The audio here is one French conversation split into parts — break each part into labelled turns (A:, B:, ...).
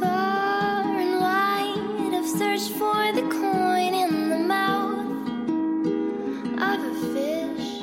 A: Far and wide, I've searched for the coin in the mouth of a fish.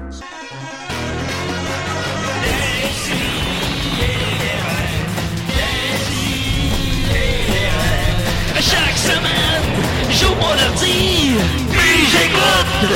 B: Chaque semaine, j'ouvre mon ordi, puis j'écoute.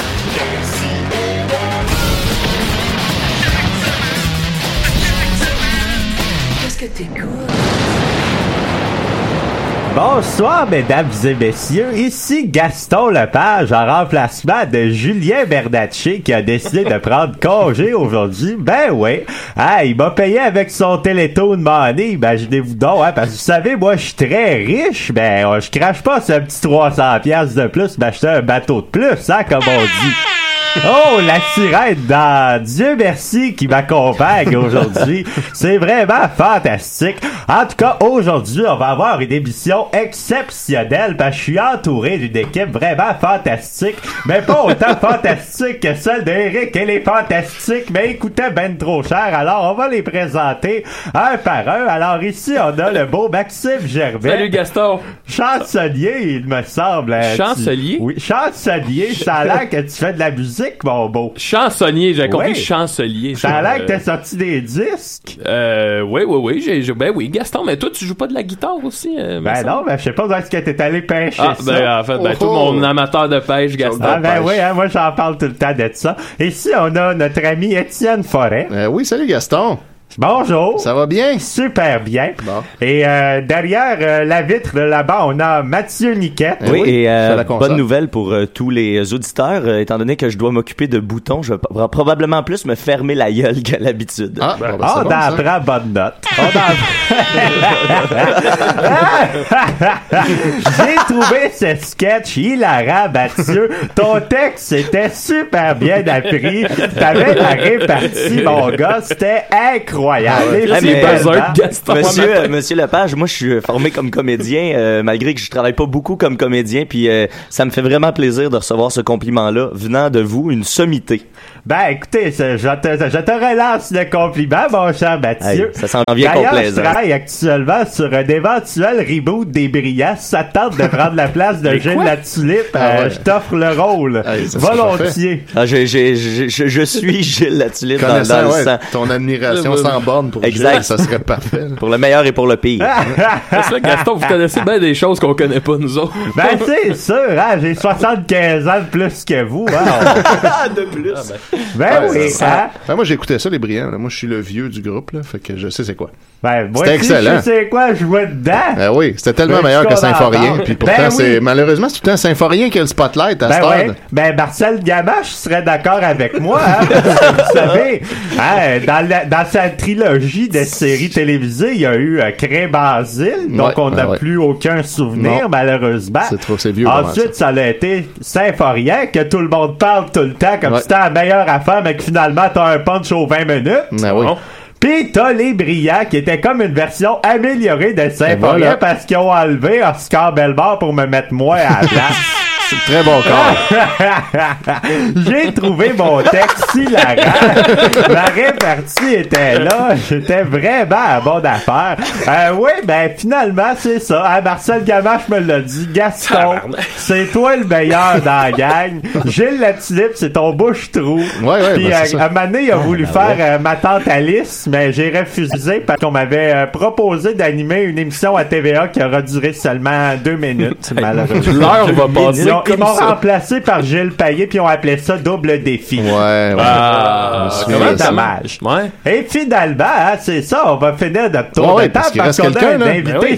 C: Bonsoir, mesdames et messieurs. Ici Gaston Lepage en remplacement de Julien Bernatchez qui a décidé de prendre congé aujourd'hui. Ben oui. Ah, il m'a payé avec son télétoon money. Imaginez-vous donc, hein, parce que vous savez, moi, je suis très riche. Ben, euh, je crache pas ce petit 300 pièces de plus m'acheter un bateau de plus, hein, comme on dit. Oh, la sirène dans Dieu merci qui m'accompagne aujourd'hui. C'est vraiment fantastique. En tout cas, aujourd'hui, on va avoir une émission exceptionnelle parce que je suis entouré d'une équipe vraiment fantastique, mais pas autant fantastique que celle d'Eric. Elle est fantastique, mais écoutez ben trop cher. Alors, on va les présenter un par un. Alors ici, on a le beau Maxime Gervais.
D: Salut Gaston!
C: Chancelier, il me semble. hein, tu-
D: Chancelier?
C: Oui, chancelier. Ça a l'air que tu fais de la musique, mon beau.
D: Chansonnier, j'ai compris
C: Ouais.
D: chancelier.
C: Ça a l'air que
D: Euh,
C: t'as sorti des disques.
D: euh, oui, oui, oui, j'ai, j'ai- ben oui, Gaston, mais toi, tu joues pas de la guitare aussi? euh, me
C: Ben
D: semble?
C: non, ben je sais pas où est-ce que t'es allé pêcher
D: Ah,
C: ça.
D: ben en fait, ben,
E: Oh,
D: tout
E: oh.
D: mon amateur de pêche, Gaston.
C: Ah, ben
E: pêche.
C: oui, hein, moi j'en parle tout le temps de ça. Ici, on a notre ami Étienne Forêt.
E: Euh, oui, salut Gaston.
C: Bonjour.
E: Ça va bien?
C: Super bien.
E: Bon.
C: Et euh, derrière euh, la vitre de là-bas, on a Mathieu Niquette.
E: Eh
F: Oui,
E: oui,
F: et euh,
E: je fais la console.
F: bonne nouvelle pour euh, tous les auditeurs, euh, étant donné que je dois m'occuper de boutons, je vais p- probablement plus me fermer la gueule qu'à l'habitude.
E: Ah, bon, ben,
C: Ah,
E: c'est
C: on
E: bon,
C: en
E: ça.
C: prend bonne note. On en- J'ai trouvé ce sketch hilarant, Mathieu. Ton texte était super bien appris. T'avais la répartie, mon gars. C'était incroyable. Les
D: Eh,
F: Ah,
C: petits
F: mais-
C: belles
D: buzzer,
C: dents.
D: Gaston.
F: Monsieur,
D: moi,
F: euh, monsieur Lepage, moi je suis euh, formé comme comédien, euh, malgré que je travaille pas beaucoup comme comédien, puis euh, ça me fait vraiment plaisir de recevoir ce compliment-là venant de vous, une sommité.
C: Ben, écoutez, c'est- je te, je te relance le compliment, mon cher Mathieu.
F: Hey, ça s'en vient
C: D'ailleurs, je
F: complaisant.
C: travaille actuellement sur un éventuel reboot des brillants. Ça tente de prendre la place de Gilles La Tulipe.
E: Ah
C: euh,
E: ouais.
C: Je t'offre le rôle.
E: Hey, ça, c'est
C: Volontiers.
F: Ah, je, je, je, je, je suis Gilles Latulippe dans,
E: Connaissant,
F: dans le
E: ouais,
F: sang,
E: ton admiration sans borne pour
F: Exact.
E: Gilles, ça serait parfait. là. Ah!
F: pour le meilleur et pour le pire.
D: parce que, Gaston, vous connaissez bien des choses qu'on connaît pas, nous autres.
C: Ben, c'est sûr, hein, j'ai 75 ans de plus que vous. hein.
F: de plus.
C: Ben
E: Ouais,
C: oui,
E: ça-
C: hein?
E: Ah, Ben, moi, j'écoutais ça, les brillants. là. Moi, je suis le vieux du groupe, là. Fait que je sais c'est quoi.
C: Ben, moi
E: C'était
C: aussi,
E: excellent.
C: Je sais quoi, je vois dedans.
E: Ben oui, c'était tellement
C: Ben,
E: meilleur
C: je
E: que
C: suis
E: Symphorien.
C: content.
E: Puis
C: Ben
E: pourtant,
C: oui.
E: c'est malheureusement, c'est tout le temps Symphorien qui a le spotlight à
C: Ben
E: Stade.
C: ouais. Ben Marcel Gamache serait d'accord avec moi, hein, parce que vous savez, hein, dans, la- dans sa trilogie de séries télévisées, il y a eu euh, Cré Basile, donc
E: Ouais,
C: on n'a
E: ouais, ouais.
C: plus aucun souvenir
E: Non.
C: malheureusement.
E: C'est trop- c'est vieux, pas mal,
C: Ensuite, ça a été Symphorien que tout le monde parle tout le temps comme
E: Ouais.
C: si c'était la meilleure affaire, mais que finalement t'as un punch aux 20 minutes.
E: Ben oui.
C: Bon. Pis t'as les brillants qui était comme une version améliorée de Symphorien
E: voilà.
C: parce qu'ils ont enlevé Oscar Bellemare pour me mettre moi à la place.
E: C'est très bon
C: Ah.
E: corps.
C: J'ai trouvé mon texte hilarant. Ma répartie était là. J'étais vraiment à bonne affaire. Euh, oui, ben finalement, c'est ça. Hein, Marcel Gamache me l'a dit. Gaston,
D: Tabarnak.
C: c'est toi le meilleur dans la gang. Gilles Latulippe, c'est ton bouche-trou.
E: ouais,
C: Puis
E: ben,
C: euh,
E: c'est ça. ben
C: à un moment donné, il a voulu faire euh, ma tante Alice, mais j'ai refusé parce qu'on m'avait euh, proposé d'animer une émission à TVA qui aura duré seulement deux minutes, malheureusement.
D: L'heure va passer
C: Ils ont- ils
D: comme
C: m'ont
D: ça.
C: remplacé par Gilles Payet, puis ils ont appelé ça double défi.
E: Ouais, ouais.
D: Ah,
E: Je me
D: comment
E: souviens,
D: ça
E: ça.
C: dommage.
D: Ouais.
C: Et finalement, hein, c'est ça, on va finir notre tour
E: Ouais, ouais,
C: de
E: parce
C: table
E: qu'il
C: parce,
E: reste
C: qu'on a
E: quelqu'un,
C: un
E: là.
C: invité
D: Ben oui.
E: Qui avait une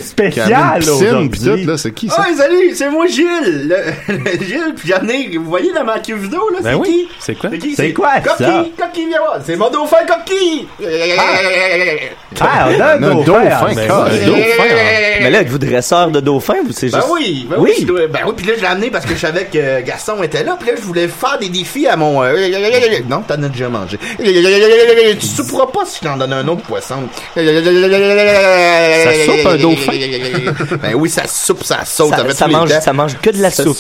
C: spécial
E: piscine, pis tout,
C: aujourd'hui.
E: là, c'est qui ça?
G: Ah, salut, c'est moi Gilles! Le, le Gilles, puis j'en ai- Vous voyez la marque vidéo, là?
D: Ben
G: c'est
D: oui.
G: qui?
D: C'est quoi?
G: C'est qui?
C: C'est quoi,
G: Cocky!
C: ça?
G: Cocky, viens voir! C'est mon dauphin Cocky!
C: Ah, on a un dauphin,
E: Un
C: ben
E: dauphin,
G: Ben
C: hein,
E: corps,
C: c'est
E: un dauphin.
F: Mais là, êtes-vous dresseur de dauphin, vous, c'est
G: Ben
F: juste.
G: oui, ben
F: Oui.
G: oui, je dois- ben oui, puis là je l'ai amené parce que je savais que euh, Gaston était là, puis là je voulais faire des défis à mon. euh, Non, t'en as déjà mangé. Tu souperas pas si je t'en donne un autre poisson. Ça
D: soupe, un dauphin?
G: Ben oui, ça soupe, ça saute.
F: Ça,
G: fait
F: ça
G: tous les
F: mange,
G: dents.
F: ça mange que de la soupe.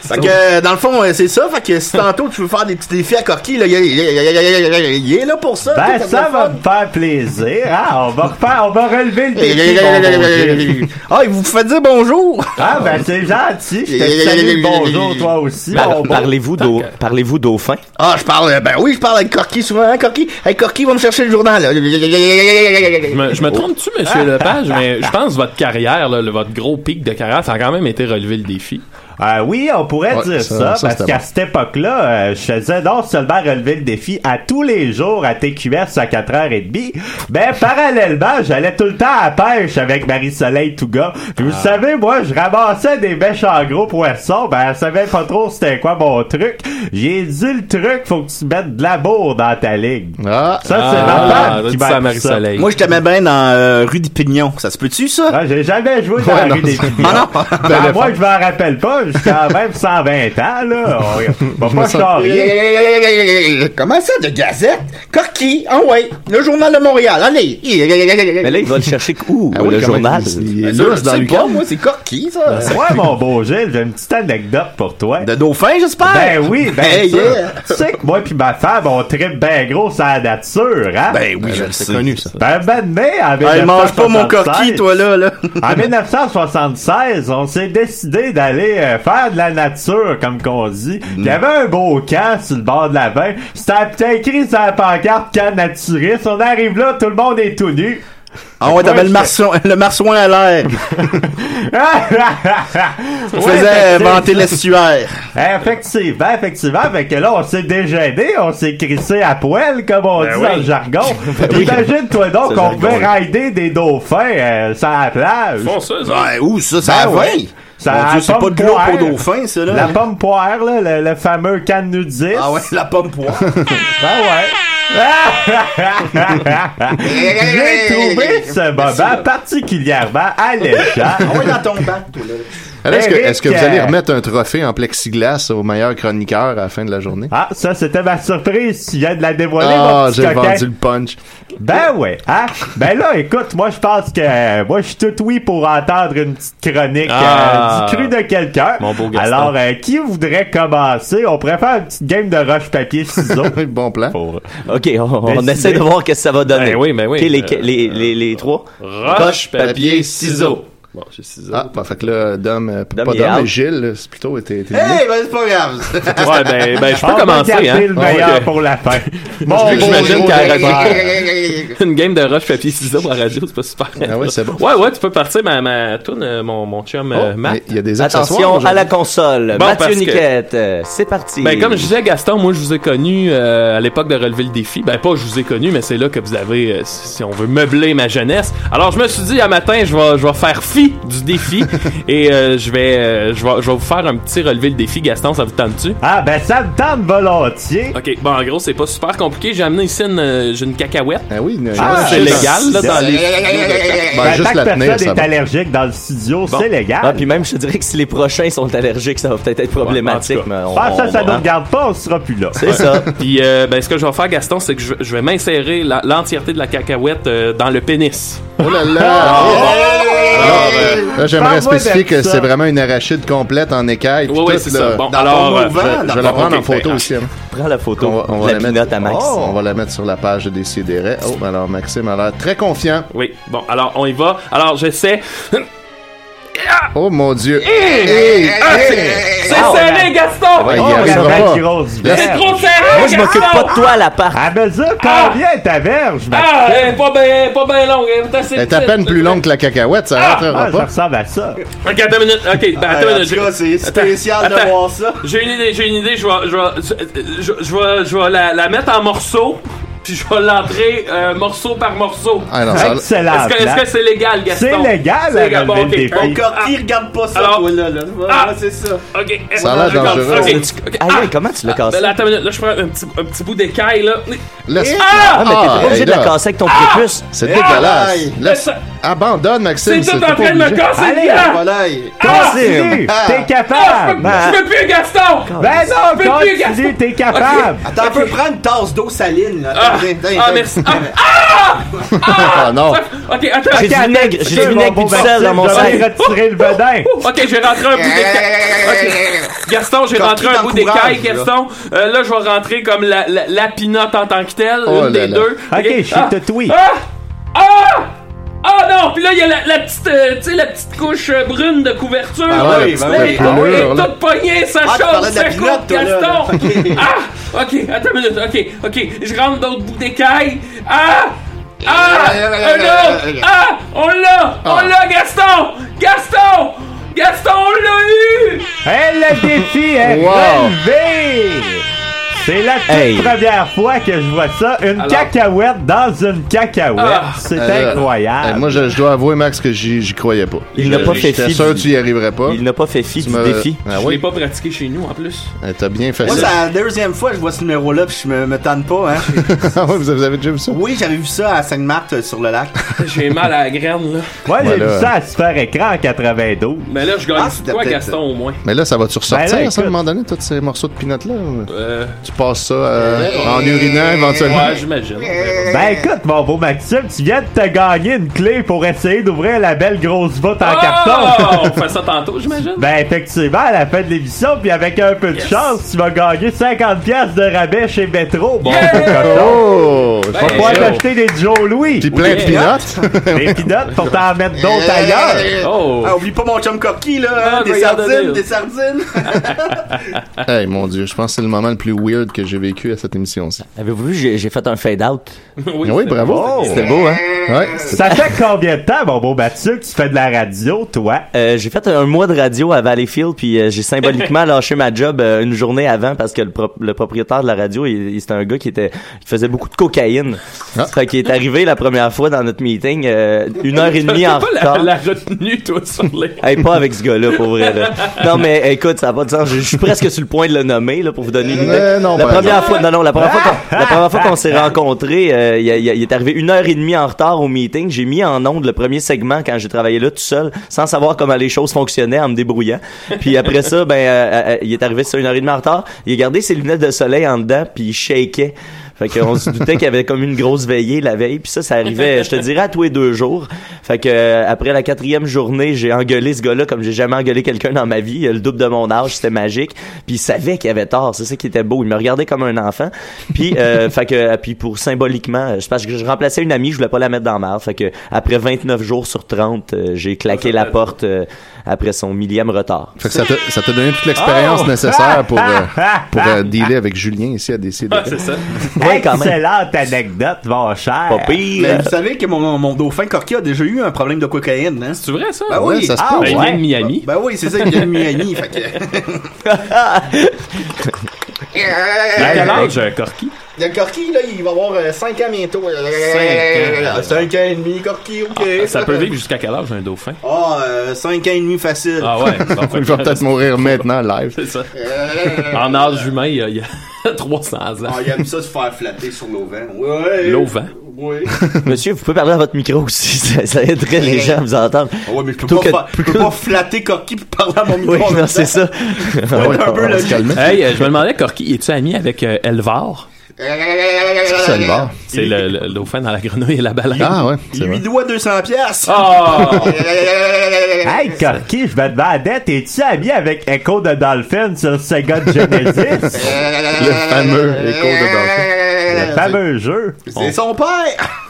G: Fait que euh, dans le fond, euh, c'est ça. Fait que si tantôt tu veux faire des petits défis à Corky, là, il est- il est là pour ça.
C: Ben,
G: tout à
C: ça
G: fait
C: va
G: fun.
C: me faire plaisir. Ah, on va refaire, on va relever le défi. mon bon Gilles.
G: Ah, il vous fait dire bonjour!
C: Ah, ben, c'est gentil. Je te salue. Bonjour, toi aussi.
E: Ben,
F: Par-
C: mon bon.
F: Parlez-vous d'au- parlez-vous dauphin?
G: Ah, je parle, euh, ben oui, je parle avec Corky souvent, hein, Corky? Hey, Corky, va me chercher le journal, là.
D: Je me, je
F: Oh.
D: me trompe-tu, monsieur Lepage, mais je pense que votre carrière, là, le- votre gros pic de carrière, ça a quand même été relevé le défi.
C: Euh, oui, on pourrait
E: Ouais,
C: dire ça,
E: ça- ça,
C: parce
E: c'était
C: qu'à
E: bon.
C: cette époque-là, euh, je faisais non seulement relever le défi à tous les jours à TQS à 4h30, mais Ben, parallèlement, j'allais tout le temps à la pêche avec Marie-Soleil Touga. Puis
E: Ah.
C: vous savez, moi, je ramassais des bêches en gros poissons, ben elle savait pas trop c'était quoi mon truc. J'ai dit le truc, faut que tu mettes de la bourre dans ta ligne.
E: Ah,
C: Ça, c'est ma femme qui m'a appris
D: ça,
C: ça.
D: Marie-Soleil.
G: Moi, je t'aimais bien dans euh, Rue des Pignons. Ça se peut-tu, ça?
C: Ah, j'ai jamais joué dans
E: Ouais,
C: la
E: non,
C: rue des
E: ça-
C: Pignons. Ben,
E: Téléphone.
C: moi, je m'en rappelle pas, j'ai quand même 120 ans, là. On va pas charrier.
G: Comment ça, de gazette? Corky, ah ouais, le journal de Montréal, allez!
F: Mais là, il va le chercher où,
E: Ah oui,
F: le
E: quand
F: journal?
E: même, il- il
G: Ben,
E: est
G: ça,
E: là, c'est
G: je
E: dans
G: sais
E: le
G: pas,
E: camp.
G: moi, Ben, c'est Corky, ça.
C: Ouais, mon beau Gilles, j'ai une petite anecdote pour toi.
G: De dauphin, j'espère?
C: Ben oui, ben
G: Hey,
C: sûr.
G: yeah.
C: Tu sais que moi pis ma femme, on tripe ben gros sur la nature, hein?
G: Ben oui, je le
E: c'est
G: sais.
E: connu, ça.
C: Ben, ben, mais, en
G: Hey, mange pas mon
C: 1976,
G: Corky, toi, là, là.
C: En 1976, on s'est décidé d'aller euh, faire de la nature, comme qu'on dit.
G: Mm.
C: Puis Il y avait un beau camp sur le bord de la baie. C'était c'était écrit sur la pancarte camp naturiste. On arrive là, tout le monde est tout nu.
G: Ah ouais,
C: Ouais,
G: t'avais le
C: je-
G: marsouin, le marsouin à l'air.
C: Je
G: ben, Tu faisais euh, vanter l'estuaire.
C: Effectivement, effectivement. Fait que là, on s'est dégêné, on s'est crissé à poil, comme on dit dans le jargon. Puis Imagine-toi donc
F: Ce
C: qu'on pouvait
F: jargon-là.
C: rider des dauphins euh, sur la plage.
D: Ils font ça, ça.
G: Ouais, où ça, ça
C: Ben
G: va?
C: ouais. Ça
G: Mon
C: a
G: Dieu, c'est
C: pomme
G: pas de l'eau
C: poire.
G: pour dauphin, ça, là.
C: La pomme poire, là, le, le fameux canne nudiste.
G: Ah ouais, la pomme poire.
C: Ben ouais. J'ai trouvé ce moment particulièrement alléchant.
G: Ah ouais, dans ton bac, toi, là.
E: Alors, Est-ce que,
C: Eric,
E: est-ce que vous allez
C: euh,
E: remettre un trophée en plexiglas au meilleur chroniqueur à la fin de la journée?
C: Ah, ça, c'était ma surprise. Tu viens de la dévoiler,
E: Ah,
C: mon petit
E: j'ai
C: coquin.
E: vendu le punch.
C: Ben ouais, hein? Ben là, écoute, moi je pense que euh, moi je suis tout oui pour entendre une petite chronique
D: Ah.
C: euh, du cru de quelqu'un.
D: Mon beau Gaston.
C: Alors, euh, qui voudrait commencer? On pourrait faire une petite game de roche papier ciseaux.
E: bon plan.
C: Pour-
F: OK, on, on
C: Décidé.
F: essaie de voir qu'est-ce que ça va donner.
D: Ben oui, ben oui.
F: OK, les,
D: Euh,
F: les, les, les trois?
D: Roche, papier, ciseaux. Bon, j'ai 6
E: Ah, bah, fait que là, Dom, euh,
D: Dom,
E: pas
D: il est
E: Dom,
D: out.
E: mais Gilles, euh, c'est plutôt été. été
G: Hey, ben c'est pas grave.
D: Ouais, ben, ben, je peux
E: On va
D: commencer,
E: garder
D: hein.
E: le meilleur pour
C: la fin.
D: Bon,
E: Bon,
D: j'imagine
E: bon,
D: qu'à la
E: bon,
D: radio- Une game de roche papier ciseaux à la radio, c'est pas super. Ah ouais, c'est bon. Ouais, ouais, tu peux partir ma, ma toune, euh, mon, mon chum euh, Matt.
E: Il y a des
F: Attention à la console.
D: Bon, parce
F: Mathieu
D: que-
F: Niquette, euh, c'est parti.
D: Ben, comme je disais, Gaston, moi, je vous ai connu euh, à l'époque de relever le défi. Ben, pas je vous ai connu, mais c'est là que vous avez, euh, si si on veut, meubler ma jeunesse. Alors, je me suis dit, à matin, je vais, je vais faire fi du défi et euh, je, vais, euh, je, vais, je vais vous faire un petit relevé le défi. Gaston, ça vous tente-tu?
C: Ah, ben, ça me tente volontiers.
D: OK, bon, en gros, c'est pas super compliqué. J'ai amené ici une, euh, j'ai une cacahuète. Ah oui,
C: Ah,
D: c'est légal, là, dans les...
C: Ben, tant que personne est allergique dans le studio, c'est légal.
F: Ah, puis même, je te dirais que si les prochains sont allergiques, ça va peut-être être problématique.
D: Ouais,
F: mais on,
C: Ah, ça,
F: on
C: ça
F: va-
C: nous regarde pas, on sera plus là.
F: C'est ça.
D: Puis, euh, ben, ce que je vais faire, Gaston, c'est que je, je vais m'insérer la- l'entièreté de la cacahuète euh, dans le pénis.
E: Oh là là!
D: Alors, euh,
E: Là, j'aimerais
D: Parle-moi
E: spécifier
D: de
E: que
D: ça.
E: c'est vraiment une arachide complète en écaille. puis
D: Ouais, ouais,
E: tout,
D: c'est
E: là.
D: ça. Bon, alors, euh,
E: je vais- je, vais la
D: bon,
E: prendre en
D: ok,
E: photo
D: ben,
E: aussi.
F: Prends la photo.
E: On va, on va
F: La
E: la mettre,
F: pinotte à Max.
E: Oh, on va la mettre sur la page de Décideret. Oh, alors Maxime a l'air très confiant.
D: Oui, bon, alors, on y va. Alors, j'essaie.
E: Oh mon Dieu!
G: Eh,
D: Hey! Ah, c'est- C'est serré, Gaston!
E: Ouais, il
D: Oh,
E: y arrivera
D: regarde.
E: pas.
D: C'est trop serré,
C: Moi, je m'occupe
D: Gaston!
C: pas
F: de toi à l'appart.
C: À mesure, Ah,
E: Ah!
C: combien ta verge,
D: Ah,
C: Maxime?
D: elle est pas bien pas bien longue. Elle est assez
E: Elle est à
D: petite.
E: peine plus longue que la cacahuète, ça rentrera
C: ah,
E: pas.
C: ça ressemble à ça.
D: Ok, attends une minute. Ok, ben, attends
G: Ah, en
D: une minute.
G: tout cas, c'est
D: Attends,
G: spécial de
D: attends.
G: voir ça.
D: J'ai une idée, j'ai une idée. Je vais, je vais, je, je vais, je vais la, la mettre en morceaux. Puis je vais l'entrer euh, morceau par morceau.
E: Ah, non, ça- Excellent,
D: Est-ce que- est-ce
E: Blanc.
D: que c'est légal, Gaston?
E: C'est légal,
D: C'est légal.
E: la
D: Bon,
E: relevé
D: ok.
E: des
D: Bon,
E: filles.
D: corps-
G: Qui regarde pas ça,
D: Alors- ah,
G: toi, là, là. Voilà, c'est ça.
D: Ok.
E: Ça a l'air
D: Regarde,
E: dangereux.
D: ok,
E: C'est-
D: ok.
F: Aïe, aïe, comment tu l'as
D: Ah,
F: cassé?
D: ben là, attends une minute, là, je prends un petit, un petit bout d'écaille, là.
E: Laisse-
D: Ah!
E: Ah, mais t'es pas
F: obligé de la casser avec ton prépuce.
E: C'est
D: Ah!
E: dégueulasse.
D: Aïe.
E: Laisse- Abandonne, Maxime.
D: C'est tout
E: pas
D: en train de me
E: obligé.
D: casser le
E: Allez,
D: gland.
E: volaille.
D: Ah!
E: Continue.
D: Ah!
E: T'es
C: capable.
G: bah,
D: Ah, je peux- je peux plus, Gaston!
C: Ben non,
D: je peux plus, Gaston!
C: continue, t'es
D: capable.
G: Attends, on peut prendre une tasse d'eau saline, là.
D: Ah,
G: Attends, attends,
D: ah,
G: attends.
D: merci. Ah,
E: Ah non.
D: ok, attends.
G: bah,
F: J'ai du
D: Ok,
F: vinaigre,
D: attends.
F: j'ai du vinaigre puis du sel dans mon
D: J'en ai
F: sac.
C: retirer le bedin.
D: Ok, j'ai rentré un bout d'écaille. Ok. Gaston,
G: bah,
D: j'ai
G: Comme
D: rentré
G: tout
D: un bout
G: encourage,
D: d'écaille,
G: là.
D: Gaston. Euh, là, je vais rentrer comme la, la, la pinotte en tant que telle,
C: Oh
D: une
C: là
D: des
C: là.
D: deux.
C: Ok, je suis
D: Ah.
C: tatoué.
D: Ah! Ah! Ah non! Puis là, il y a la, la petite, euh, tu sais, la petite couche euh, brune de couverture.
G: Ah
D: là.
G: ouais, ben
D: Là,
G: oui,
D: il-
G: ben oui.
D: il est
G: Là.
D: tout pogné, ça
G: Ah, tu
D: chauffe,
G: parlais de la
D: ça
G: pinotte,
D: coupe,
G: toi, là, là.
D: Gaston! Ah! Ok, attends une minute, ok, ok. Je rentre d'autres bouts d'écaille. Ah! Ah! Un autre! Ah! On l'a! On l'a, Gaston! Gaston! Gaston, on l'a eu!
G: Ah
C: Hey, le défi est
D: Wow.
C: relevé! C'est la toute
F: Hey.
C: première fois que je vois ça. Une
D: Alors. Ah.
C: cacahuète dans une cacahuète. C'est
E: Euh,
C: incroyable.
E: euh, moi, je, je dois avouer, Max, que j'y j'y croyais pas.
F: Il n'a pas fait
E: J'étais
F: fi
E: sûr
F: du-
E: que tu y arriverais pas.
F: Il n'a pas fait fi
E: Tu
F: du
E: me-
F: défi.
E: Ah
D: Je l'ai
E: oui,
D: pas pratiqué chez nous, en plus.
E: Eh, t'as bien fait
G: Moi, c'est
E: ça.
G: la deuxième fois que je vois ce numéro-là, puis je me, me tanne pas, hein.
E: Ah ouais, vous avez vous avez déjà vu ça?
G: Oui, j'avais vu ça à Sainte-Marthe, euh, sur le lac.
D: J'ai mal à la graine, là.
C: Moi, j'ai
E: Voilà.
C: vu ça à super écran en 92.
D: Mais là, je gagne
G: Ah,
D: tout
G: c'était
D: de quoi,
G: peut-être-
D: Gaston, au moins?
E: Mais là, ça va-tu ressortir,
C: Ben là,
E: ça,
C: écoute.
E: à un moment donné, tous ces morceaux de pinottes-là? ou-
D: Euh,
E: Tu passes ça euh, en urinant, éventuellement?
D: ouais, j'imagine.
C: Ben écoute, mon beau Maxime, tu viens de te gagner une clé pour essayer d'ouvrir la belle grosse voûte en
D: Oh!
C: carton.
D: On fait ça tantôt, j'imagine?
C: Ben effectivement, à la fin de l'émission, puis avec un peu de
D: Yes.
C: chance, tu vas gagner 50 pièces de rabais chez Metro. Bon,
D: Yeah.
E: Oh! je
C: On va
E: pense
D: Ben,
C: pouvoir
E: ça.
C: t'acheter des Joe Louis.
E: Puis plein de pinottes?
C: Des pinottes pour t'en mettre d'autres ailleurs.
D: Oh!
G: Ah, oublie pas mon chum Corky, là, hein,
D: Ah,
G: des
D: regarde,
G: sardines,
D: là.
G: des sardines.
E: hey, mon Dieu, je pense que c'est le moment le plus weird que j'ai vécu à cette émission-ci.
F: Avez-vous vu, j'ai j'ai fait un fade-out.
D: Oui,
E: Oui,
D: c'est-
E: bravo!
F: C'était beau, hein?
E: Ouais, c'est-
C: Ça fait combien de temps, mon beau Mathieu, que tu fais de la radio, toi?
F: Euh, j'ai fait un mois de radio à Valleyfield, puis euh, j'ai symboliquement lâché ma job euh, une journée avant parce que le, prop- le propriétaire de la radio, il, il- c'était un gars qui était qui faisait beaucoup de cocaïne.
E: Ah.
F: Fait qu'il est arrivé la première fois dans notre meeting euh, une heure et
D: T'as
F: demie en
D: pas la,
F: retard.
D: la retenue, toi, sur les...
F: Hey, pas avec ce gars-là, pour vrai. là. Non, mais écoute, ça n'a pas de sens. Je je suis presque sur le point de le nommer, là, pour vous donner une idée.
E: Euh, non, Ah!
F: la
E: ben
F: première fois, non, non, la première fois qu'on, la première fois qu'on s'est rencontrés, euh, il, y a- il y a- il est arrivé une heure et demie en retard au meeting. J'ai mis en onde le premier segment quand j'ai travaillé là tout seul, sans savoir comment les choses fonctionnaient, en me débrouillant. Puis après ça, ben, euh, euh, il est arrivé ça une heure et demie en retard. Il a gardé ses lunettes de soleil en dedans, puis il shakeait. Fait qu'on se doutait qu'il y avait comme une grosse veillée la veille. Puis ça, ça arrivait, je te dirais, à tous les deux jours. Fait que euh, après la quatrième journée, j'ai engueulé ce gars-là comme j'ai jamais engueulé quelqu'un dans ma vie. Il a Le double de mon âge, c'était magique. Puis il savait qu'il avait tort. C'est ça qui était beau. Il me regardait comme un enfant. Puis, euh, fait que, euh, puis pour symboliquement, euh, c'est parce que je remplaçais une amie, je voulais pas la mettre dans la merde. Fait que après 29 jours sur 30, euh, j'ai claqué
D: Ah,
F: la porte euh, après son millième retard.
E: Fait que ça, te- ça t'a donné toute l'expérience
F: Oh!
E: nécessaire pour, euh, pour euh, dealer avec Julien ici à décider.
F: c'est ça.
G: Ouais, quand même.
C: Excellente anecdote, mon cher.
G: Mais vous savez que mon, mon dauphin Corky a déjà eu un problème de cocaïne, hein? C'est
D: vrai, ça?
G: Ben oui,
E: Ouais, ça se
G: Ah,
E: peut.
G: ouais.
E: Il vient de Miami.
G: Ben, ben oui, c'est ça, il vient de Miami. fait que...
D: quel âge, euh, Corky?
G: Le Corky, là, il va avoir 5 ans bientôt. 5
D: ans. Ah,
G: ans et demi, Corky, ok.
D: Ça peut vivre jusqu'à quel âge un dauphin?
G: Ah, 5 ans et demi facile.
D: Ah ouais.
E: Il va peut-être mourir maintenant live.
D: C'est ça. En âge humain, il y a, il y a 300 ans.
G: Euh, Ah, il aime ça se faire flatter sur l'auvent. Ouais.
D: L'auvent?
G: Oui.
F: Monsieur, vous pouvez parler à votre micro aussi. Ça, ça aiderait les gens à vous entendre.
G: Ah ouais, mais je peux,
F: Plutôt
G: pas,
F: que-
G: fa- je peux pas flatter Corky puis parler à mon micro.
F: Oui,
G: en même
F: non,
G: temps.
F: c'est ça.
G: Faut être un peu logique.
D: Hey, euh, je me demandais, Corky, es-tu ami avec euh, Elvar?
E: ça, Elvar?
D: C'est le, le- le dauphin dans la grenouille et la baleine.
E: Ah ouais,
G: Il lui doit 200 piastres.
D: Ah!
C: Hey, Corky, je me demandais, t'es-tu ami avec Echo de Dolphin sur Sega de Genesis?
E: Le fameux écho de
C: Le fameux jeu.
G: C'est son père.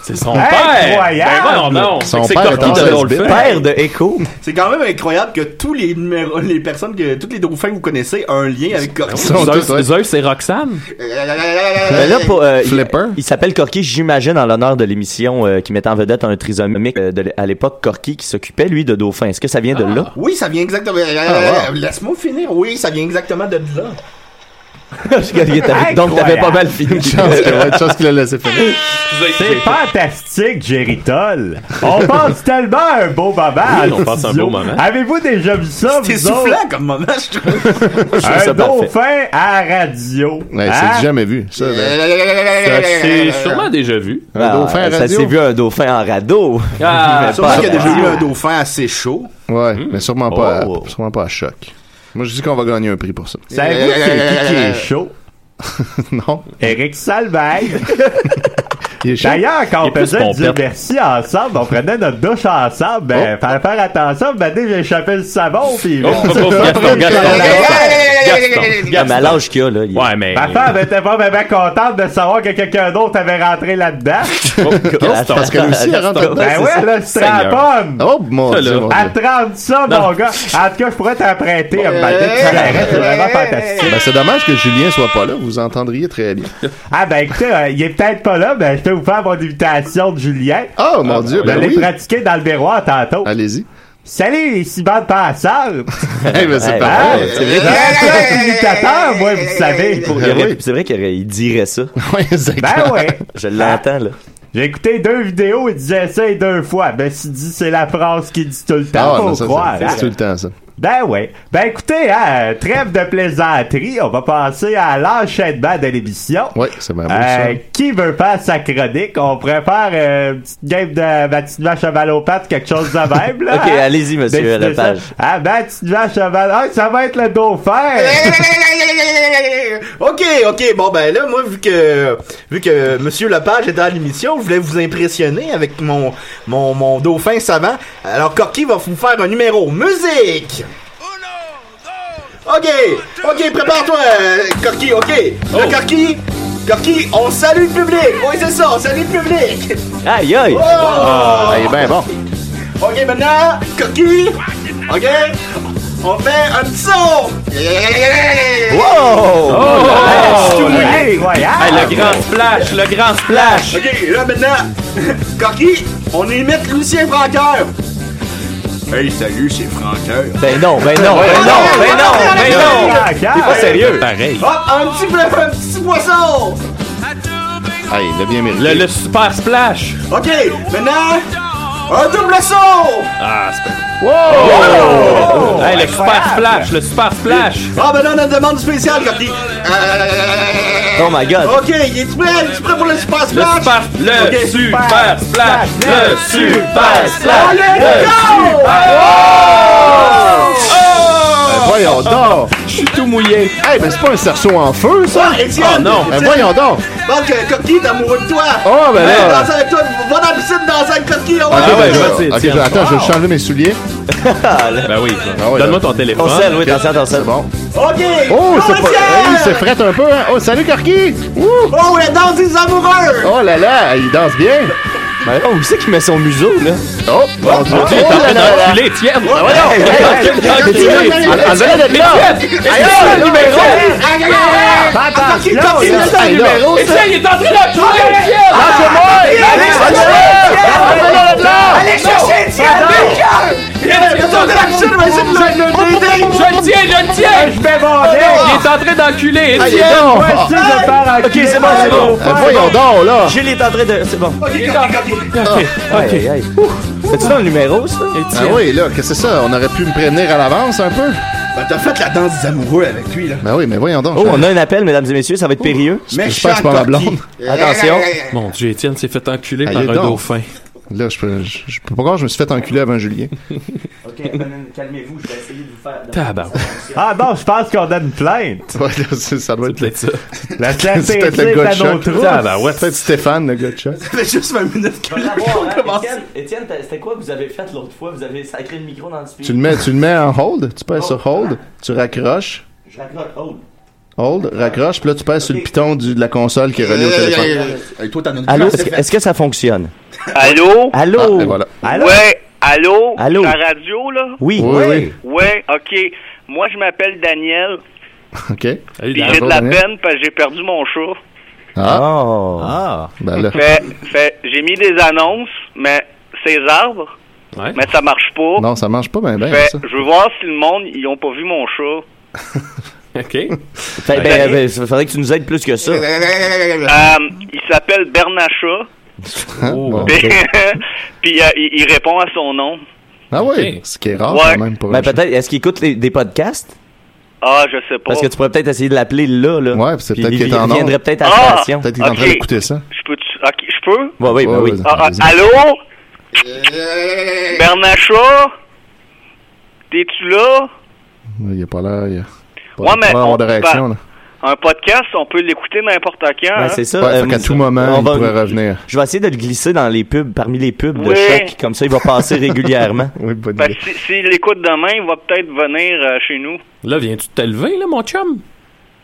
D: C'est son
C: père! Incroyable! Ben voyons donc! Son Fait que c'est père Corky est en de Dolphin. 16 bits.
F: Père de Echo.
G: C'est quand même incroyable que tous les numéros, les personnes que, tous les dauphins que vous connaissez ont un lien avec Corky.
D: Zeus, Zeus, c'est Roxane?
F: Mais là, pour, euh, Il, il s'appelle Corky, j'imagine, en l'honneur de l'émission euh, qui mettait en vedette un trisomique euh, de l- à l'époque Corky qui s'occupait, lui, de dauphin. Est-ce que ça vient de là?
G: Oui, ça vient exactement.
F: Ah, wow.
G: Laisse-moi finir. Oui, ça vient exactement de là.
F: Parce que t'avais- donc, t'avais pas mal fini.
E: Chance que- ouais, chance qu'il a laissé finir.
C: C'est fantastique, Géritol. On passe tellement un beau moment.
D: Oui,
C: en
D: on passe un
C: studio.
D: beau moment.
C: Avez-vous déjà vu ça,
G: C'était
C: vous autres?
G: soufflant comme moment, je trouve.
C: Un dauphin à radio.
E: Ouais,
C: Hein?
E: c'est jamais vu. Ça, là.
D: Ça, c'est sûrement déjà vu.
F: Ah,
E: Un dauphin à
F: ça
E: radio?
F: s'est vu un dauphin en radeau.
D: Ah,
F: Mais
G: Sûrement
F: pas-
G: qu'il y a déjà eu un dauphin assez chaud.
E: Ouais, mais sûrement pas,
F: Oh,
E: à, sûrement pas à choc. Moi, je dis qu'on va gagner un prix pour ça.
F: Eh,
C: Savez-vous c'est qui qui est chaud?
E: non.
C: Eric Salveig.
E: Il est chaud.
C: D'ailleurs, quand
E: Il est
C: on
E: plus
C: faisait du
E: pompette. Oh.
C: merci ensemble, on prenait notre douche ensemble, ben, fallait faire attention, ben, dès que j'ai échappé le savon, pis...
F: Oh, oh, oh, Gaston, Gaston,
C: Gaston,
F: Ah, mais à l'âge qu'il a, là. il-
D: Ouais, mais.
C: Ma femme était pas vraiment contente de savoir que quelqu'un d'autre avait rentré là-dedans.
D: Oh, Gaston.
E: Parce qu'elle aussi, elle rentre dedans.
D: Gaston.
C: Ben ouais, là, c'est la pomme!
E: Oh mon
D: Ça,
E: dieu,
D: là.
E: mon
C: À
E: dieu.
C: 30 ça, mon gars! En tout cas, je pourrais t'en prêter un matin, tu l'arrêtes, c'est vraiment fantastique.
E: Ben, c'est dommage que Julien soit pas là, vous entendriez très bien.
C: Ah ben écoutez, euh, il est peut-être pas là, mais je peux vous faire mon invitation de Julien.
E: Oh mon dieu,
C: Vous
E: ben
C: allez
E: oui.
C: pratiquer dans le miroir tantôt.
E: Allez-y.
C: Salut les cibandes passables!
E: Eh ben, c'est
F: Ouais,
E: pas
F: ouais, c'est
C: J'ai
F: vrai.
C: un imitateur, moi, vous savez!
F: qu'il-
E: Ah
F: il aurait- C'est vrai qu'il aurait- il dirait ça.
E: Ouais, c'est
C: Ben ouais!
F: Je l'entends, là.
C: J'ai écouté deux vidéos, il disait ça et deux fois. Ben, si dit, c'est la phrase qu'il dit tout le temps,
E: Ah ouais,
C: faut
E: mais ça,
C: croire.
E: c'est-
C: hein.
E: c'est tout le temps ça.
C: Ben ouais. Ben écoutez, hein, euh, trêve de plaisanterie, on va passer à l'enchaînement de l'émission.
E: Ouais, c'est ma
C: Euh, qui veut faire sa chronique? On préfère euh, une petite game de ma petite vache à balle aux pattes, quelque chose de même. Là, hein?
F: Ok, allez-y, monsieur
C: Décidez
F: Lepage.
C: ça. Ah, ma petite vache à balle... Ah, ça va être le dauphin!
G: OK, OK. Bon, ben là, moi, vu que, vu que Monsieur Lepage était à l'émission, je voulais vous impressionner avec mon, mon, mon dauphin savant. Alors, Corky va vous faire un numéro. Musique! OK, OK, prépare-toi, euh, Corky, OK. Le Corky, Corky, on salue le public. Oui, c'est ça, on salue le public.
F: Aïe, aïe!
E: Ah, il est bien bon.
G: OK, maintenant, Corky, OK, on fait un petit son.
F: Wow! oh.
G: Tout mouillé.
D: Hey,
C: Incroyable!
D: le grand splash, le grand splash!
G: Ok, là maintenant, Cocky, on imite Lucien Franqueur. Hey, salut, c'est Franqueur.
F: Ben non, ben non, ben non, ben non, ben
C: Ah,
F: non!
C: Incroyable.
F: Pas sérieux!
D: Pareil.
G: Hop, un petit bœuf, un petit poisson.
E: Ah, il l'a bien mérité.
D: Le, le super splash!
G: Ok, maintenant, un double saut.
D: Ah, c'est Wow! Hey, le super splash, le super splash!
G: Ah, ben là, on a une demande spéciale, Cocky.
F: Oh my god!
G: Ok, il est prêt, tu prêt pour le super
D: Le
G: splash?
D: super, le
G: Ok,
D: super splash, le super splash!
G: Allez, go!
E: Ben, voyons donc!
D: Je suis tout mouillé!
E: Eh Hey, mais c'est pas un cerceau en feu, ça?
G: Ouais, Étienne!
D: Oh,
E: Ah, non! Ben,
G: Étienne!
E: voyons donc!
G: Donc, euh, Coquille est amoureux de toi!
E: Oh, ben
G: Elle
E: là.
G: danse avec toi! Va dans la piscine danser avec Coquille! on va-
E: Ok, ben, je-
D: c'est
E: ok,
D: Étienne.
E: je- attends, je vais juste enlever mes souliers.
D: Ben oui.
E: Ah,
D: Donne-moi ton téléphone.
E: Ton sel, oui,
D: ton sel, ton sel.
E: Bon.
G: Ok!
E: Oh, c'est
G: Bon, Étienne!
E: pas. Hey, c'est fret un peu, hein? Oh, salut, Corky! Oh,
G: la danse des amoureux!
E: Oh là là, il danse bien! Mais là, Ben où c'est qu'il met son museau, là? Oh! Oh, oh,
B: oh,
E: oh là là!
B: Enculé, Étienne.
E: Ben voyons! Hey, hey,
B: Enculé,
E: hey,
B: enculé.
E: Étienne, elle- elle venait d'être Ah, ben, là.
B: Étienne,
E: Aïe,
B: Étienne,
E: aïe,
B: le numéro.
E: aïe, aïe, aïe.
B: Papa,
E: Ah, Coquille,
B: non,
E: Coquille,
B: non,
E: il donne un
B: non.
E: numéro, ça.
B: Étienne, il est en train d'enculer, Étienne.
E: Lâchez-moi!
B: Étienne,
E: Allez,
B: Étienne,
E: lâchez-moi!
B: Étienne,
E: Allez, lâchez-moi!
B: Allez chercher Étienne,
E: Non.
B: Baker. Étienne,
E: dans la piscine,
B: Baker. Je le tiens, je le tiens. Il est en train d'enculer,
F: Ah, il est
B: Étienne.
F: donc-
B: Ouais,
F: Ah.
B: c'est de faire
F: Ok,
B: enculer.
F: c'est bon, c'est bon.
B: Ah,
F: Voyons
E: donc, là.
F: Gilles est en train de. C'est bon.
E: Ok.
F: Aïe, aïe. C'est-tu dans le numéro, ça?
E: Ah oui, là, qu'est-ce que c'est ça? On aurait pu me prévenir à l'avance un peu?
G: Ben, t'as fait la danse des amoureux avec lui, là.
E: Ben oui, mais voyons donc.
F: Oh, on a un appel, mesdames et messieurs, ça va être périlleux.
G: Mais Je pense pas à ma blonde.
F: Attention.
D: Mon Dieu, Étienne s'est fait enculer
E: Aïe,
D: par un
E: donc.
D: dauphin.
E: Là, je peux, je, je peux pas croire que je me suis fait enculer avant Julien.
F: calmez-vous, je vais essayer de vous faire.
E: Tabarnak.
C: Ah non, je pense qu'on a une plainte.
E: Ouais, là, c'est- ça doit être peut-être
D: ça.
C: La
E: c'est peut-être
C: CNC
E: le gars
C: est
E: de
C: à nos
E: choc.
C: trousses.
E: C'est peut-être Stéphane, le gars de choc.
G: Ça fait juste 20 minutes que là, on commence.
F: Étienne, t'as- c'était quoi que vous avez fait l'autre fois? Vous avez sacré le micro dans le speaker.
E: Tu le mets, tu le mets en hold, tu passes sur hold,
F: Oh.
E: tu raccroches,
F: Je raccroche. Oh.
E: hold, raccroche, puis là, tu passes sur le piton du- de la console qui est reliée au téléphone.
F: Allô, est-ce que, est-ce que ça fonctionne?
H: Allô?
F: Allô?
E: Ah, et voilà.
F: Allô?
H: Ouais, allô?
F: Allô?
H: La radio, là?
F: Oui. Oui, oui.
H: Ouais, OK. Moi, je m'appelle Daniel.
E: OK.
D: Ah,
H: Puis j'ai de la
D: hein.
H: peine parce que j'ai perdu mon chat.
E: Ah.
F: Ah.
E: Ben là.
H: Fait, fait, j'ai mis des annonces, mais ces arbres, mais ça marche pas.
E: Non, ça marche pas bien, ben,
H: Fait,
E: ça.
H: je veux voir si le monde, ils ont pas vu mon chat.
D: OK.
F: Fait, ben, ben, ça faudrait que tu nous aides plus que ça.
H: Euh, il s'appelle Bernacha.
G: Hein?
F: Oh,
E: Bon,
H: Puis,
E: ben.
H: puis, euh, il, il répond à son nom.
E: Ah oui, ce qui est rare
H: Ouais.
E: quand même pour un
F: Ben,
E: chat.
F: peut-être, est-ce qu'il écoute les- des podcasts?
H: Ah, je sais pas.
F: Parce que tu pourrais peut-être essayer de l'appeler là, là. Ouais,
E: c'est peut-être qu'il est en
F: Il viendrait
E: onde.
F: peut-être à la
H: Ah!
F: station.
H: Peut-être qu'il est en train Ok. d'écouter
E: ça.
H: Je peux, ok, je peux?
F: Ouais, oui, ben oui.
H: Ah, ah, allô? Bernacha? T'es-tu là?
E: Il a pas l'air. Il a pas
H: Ouais,
E: l'air
H: mais
E: d'avoir
H: on ben,
E: de réaction, là.
H: parle- Un podcast, on peut l'écouter n'importe quand. hein?
F: Ouais, c'est ça.
E: Ouais,
F: euh,
E: fait qu'à
F: vous-
E: tout moment,
F: on
E: il
F: va-
E: pourrait revenir.
F: Je vais essayer de le glisser dans les pubs, parmi les pubs de
H: Oui.
F: choc, comme ça il va passer régulièrement.
E: oui, bonne
H: Fait que si- s'il l'écoute demain, il va peut-être venir euh, chez nous.
D: Là, viens-tu te lever, là, mon chum?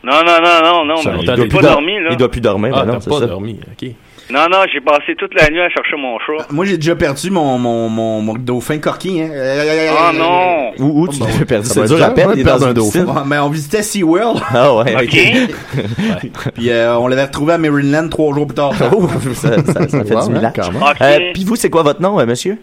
H: Non, non, non, non, non. mais J'ai pas dormi, là.
F: Il doit plus
E: Eh
F: dormir,
D: Ah,
F: ben non,
D: t'as
F: c'est
D: pas
F: ça.
D: dormi, OK.
F: Euh,
H: Non, non, j'ai passé toute la nuit à chercher mon chat.
G: Moi, j'ai déjà perdu mon, mon, mon, mon dauphin Corky, hein.
E: Euh,
H: Ah, non.
F: Où, où
E: Ah,
F: tu l'as perdu?
G: Ça
F: C'est
G: doit
F: dur
G: être
F: à
G: dur,
F: perdre,
G: hein,
F: il est
G: perdre
F: dans
G: un
F: une
G: dauphin.
F: piscine.
G: Ouais, mais on visitait SeaWorld.
F: Ah ouais, ok.
G: Puis euh, on l'avait retrouvé à Maryland trois jours plus tard.
F: Oh, ça, ça, ça fait
G: Wow,
F: du
G: hein,
F: large.
G: quand même.
F: Euh, Puis vous, c'est quoi votre nom, euh, monsieur?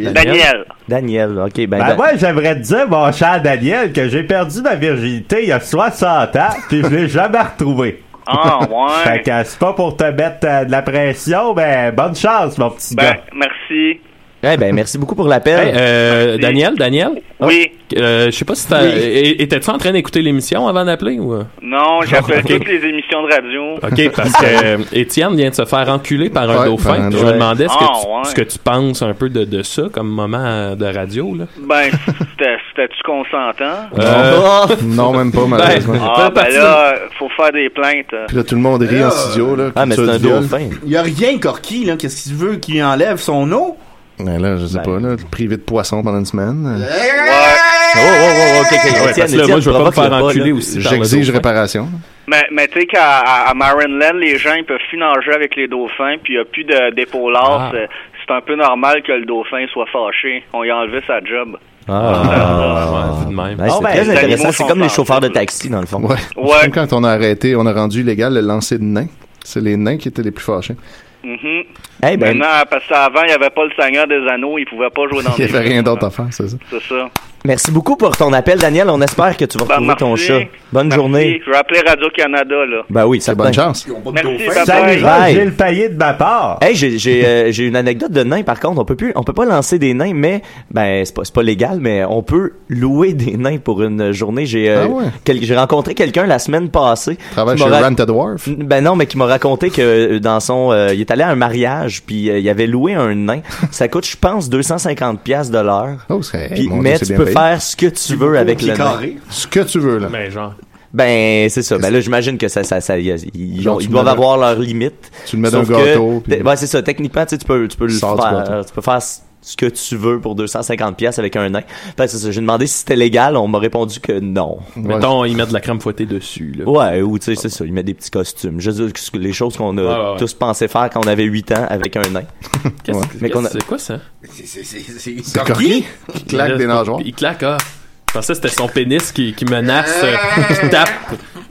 C: Daniel.
F: Daniel, ok. Ben,
C: Ben moi, j'aimerais te dire, mon cher Daniel, que j'ai perdu ma virginité il y a 60 ans, puis je l'ai jamais retrouvée.
H: Ah, ouais.
C: Fait que c'est pas pour te mettre euh, de la pression, mais bonne chance, mon petit
H: Ben,
C: gars.
H: Merci.
F: Eh ben, merci beaucoup pour l'appel.
D: Hey, euh, Daniel, Daniel?
H: Oui.
D: Euh, je sais pas si t'as...
H: Oui.
D: é- Étais-tu en train d'écouter l'émission avant d'appeler ou... euh?
C: Ah.
H: Non, j'appelle
D: Ok.
H: toutes les émissions de radio.
D: OK, parce que euh, Étienne vient de se faire enculer par un
H: Ouais,
D: dauphin.
H: par un
D: puis je me
H: dauphin.
D: demandais ce que,
H: Ah,
D: tu,
H: ouais.
D: ce que tu penses un peu de, de ça comme moment euh, de radio. Là.
H: Ben, c'était- c'était-tu consentant?
F: Euh,
E: Non. non, même pas, malheureusement.
H: Ah, ben là, faut faire des plaintes.
E: Puis là, tout le monde rit en studio, là.
F: Ah, mais
E: culture
F: c'est un
E: du viol.
F: dauphin.
G: euh, Il y a rien, Corky, là. Qu'est-ce qu'il veut qu'il enlève son eau?
E: Mais là, je sais pas, là, privé de poisson pendant une semaine. euh,
F: Oh, oh, oh, ok, ok. Étienne,
E: Ouais, parce que là,
F: Étienne,
E: moi, je vais pas me
F: provoque-le
E: faire
F: là.
E: enculer aussi par le J'exige dauphin. réparation.
H: Mais, mais tu sais qu'à à, à Maryland, les gens ils peuvent plus nager avec les dauphins, puis il n'y a plus de-
F: Ah.
H: d'épaulard. C'est- C'est un peu normal que le dauphin soit fâché. On lui a enlevé sa job.
F: Ah,
D: ouais, même.
F: c'est
H: Oh, ben,
F: très
H: les
F: intéressant.
H: animaux
F: C'est
H: sont
F: comme les chauffeurs de taxi, dans le fond.
E: Ouais. Comme quand on a arrêté, on a rendu illégal le lancer de nains. C'est les nains qui étaient les plus fâchés.
H: Mhm.
E: Eh ben-
H: Maintenant, parce qu'avant, il n'y avait pas le Seigneur des Anneaux, il ne pouvait pas jouer dans
E: Il n'y
H: des
E: avait rien d'autre à faire, c'est ça.
H: C'est ça.
F: Merci beaucoup pour ton appel, Daniel. On espère que tu vas
H: Ben,
F: retrouver ton
H: merci.
F: chat. Bonne journée.
H: Je vais appeler Radio-Canada, là.
F: Ben oui, ça
E: bonne chance.
H: Merci,
F: Salut,
H: bye-bye.
F: Gilles
C: Payet de ma part.
F: Hey, j'ai j'ai, euh, j'ai une anecdote de nain par contre, on peut plus on peut pas lancer des nains mais ben c'est pas c'est pas légal mais on peut louer des nains pour une journée. J'ai euh,
E: Ah ouais?
F: quel- j'ai rencontré quelqu'un la semaine passée.
E: Travaille
F: qui m'a
E: chez
F: rac-
E: Ranta Dwarf.
F: Ben non, mais qui m'a raconté que euh, dans son euh, il est allé à un mariage puis euh, il avait loué un nain. Ça coûte je pense 250 pièces de l'heure.
E: Oh, c'est-
F: Puis-
E: mon Dieu,
F: mais
E: c'est
F: tu
E: bien
F: peux
E: payé.
F: faire ce que tu veux avec le nain.
E: Ce que tu veux, là.
D: Mais genre.
F: Ben, c'est ça. Ben là, j'imagine que ça, ça, ça, y a- ils,
E: Genre,
F: ont-
E: tu
F: ils
E: le
F: doivent
E: mets dans-
F: avoir leurs limites.
E: tu le mets
F: Sauf
E: dans un
F: que-
E: gâteau, puis-
F: te- Ouais, c'est ça. Techniquement, tu sais, tu peux, tu peux le
E: Sors du
F: faire.
E: gâteau.
F: Euh, Tu peux faire c- ce que tu veux pour 250 pièces avec un nain. Fait que c'est ça. J'ai demandé si c'était légal. On m'a répondu que non.
D: Mettons, ils mettent de la crème fouettée dessus. Là.
F: Ouais, ou tu sais, c'est ça, ils mettent des petits costumes. Je veux dire, que les choses qu'on a
D: Ouais, ouais, ouais.
F: tous pensé faire quand on avait 8 ans avec un nain.
D: Qu'est-ce
F: Ouais.
D: que-
F: Mais qu'on a-
D: C'est quoi ça?
G: C'est
E: Corky qui claque des nageoires.
D: Il claque, ah. Je pensais que c'était son pénis qui, qui menace, euh, qui tape,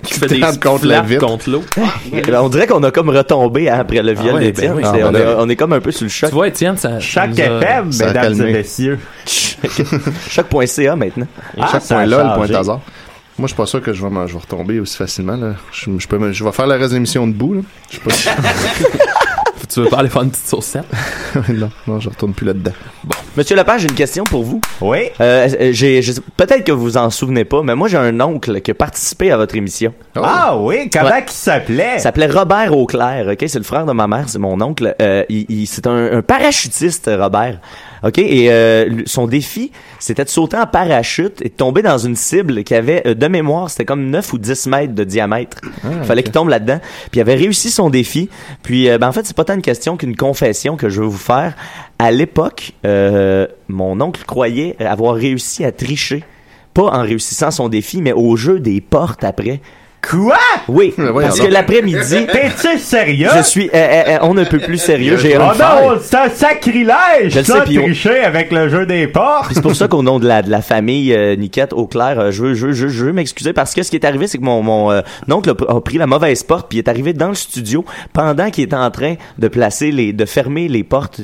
D: qui fait des
F: tape contre la
D: flaps
F: vitre.
D: contre l'eau.
F: Eh ben, on dirait qu'on a comme retombé hein, après le viol
D: ouais,
F: d'Étienne.
D: ben oui.
F: C'est-
D: Ah,
F: on,
D: ben
F: est-
D: là.
F: on est comme un peu sur le choc.
D: Tu vois, Étienne, ça.
F: Choc
D: ça nous a-
F: FM,
D: ça a
F: mesdames
D: calmé.
F: et messieurs. Choc.ca maintenant.
E: Ah, Chaque point là, le point de hasard. Moi, je suis pas sûr que je vais, m'en- je vais retomber aussi facilement. Là. Je, je peux me- je vais faire la reste de l'émission debout. Là. Je sais pas si...
D: tu veux pas aller faire une petite saucette?
E: non, non, je retourne plus là-dedans.
F: Monsieur Lepage, j'ai une question pour vous.
C: Oui.
F: Euh, j'ai, je sais- peut-être que vous en souvenez pas, mais moi j'ai un oncle qui a participé à votre émission.
C: Ah oui, comment il s'appelait?
F: Il s'appelait Robert Auclair, ok? C'est le frère de ma mère, c'est mon oncle. Euh, il, il- c'est un, un parachutiste, Robert. OK? Et euh, lui- son défi, c'était de sauter en parachute et de tomber dans une cible qui avait, euh, de mémoire, c'était comme 9 ou 10 mètres de diamètre.
I: Ah,
F: Fallait
I: ok.
F: qu'il tombe là-dedans. Puis il avait réussi son défi. Puis, euh, ben, en fait, c'est pas tant une question qu'une confession que je veux vous faire. À l'époque, euh, mon oncle croyait avoir réussi à tricher. Pas en réussissant son défi, mais au jeu des portes après.
C: Quoi?
F: Oui,
C: voyons
F: parce
C: donc.
F: que l'après-midi...
C: T'es-tu sérieux?
F: Je suis... euh, euh, euh, on ne peut plus sérieux, j'ai
C: Oh
F: un
C: non, c'est un sacrilège!
F: Je le
C: ça,
F: sais, puis on-
C: tricher avec le jeu des portes!
F: Puis c'est pour ça qu'au nom de la, de la famille euh, Niquette Auclair, euh, je veux, je veux, je veux, je veux m'excuser parce que ce qui est arrivé, c'est que mon, mon euh, oncle a, p- a pris la mauvaise porte puis il est arrivé dans le studio pendant qu'il était en train de placer les, de fermer les portes.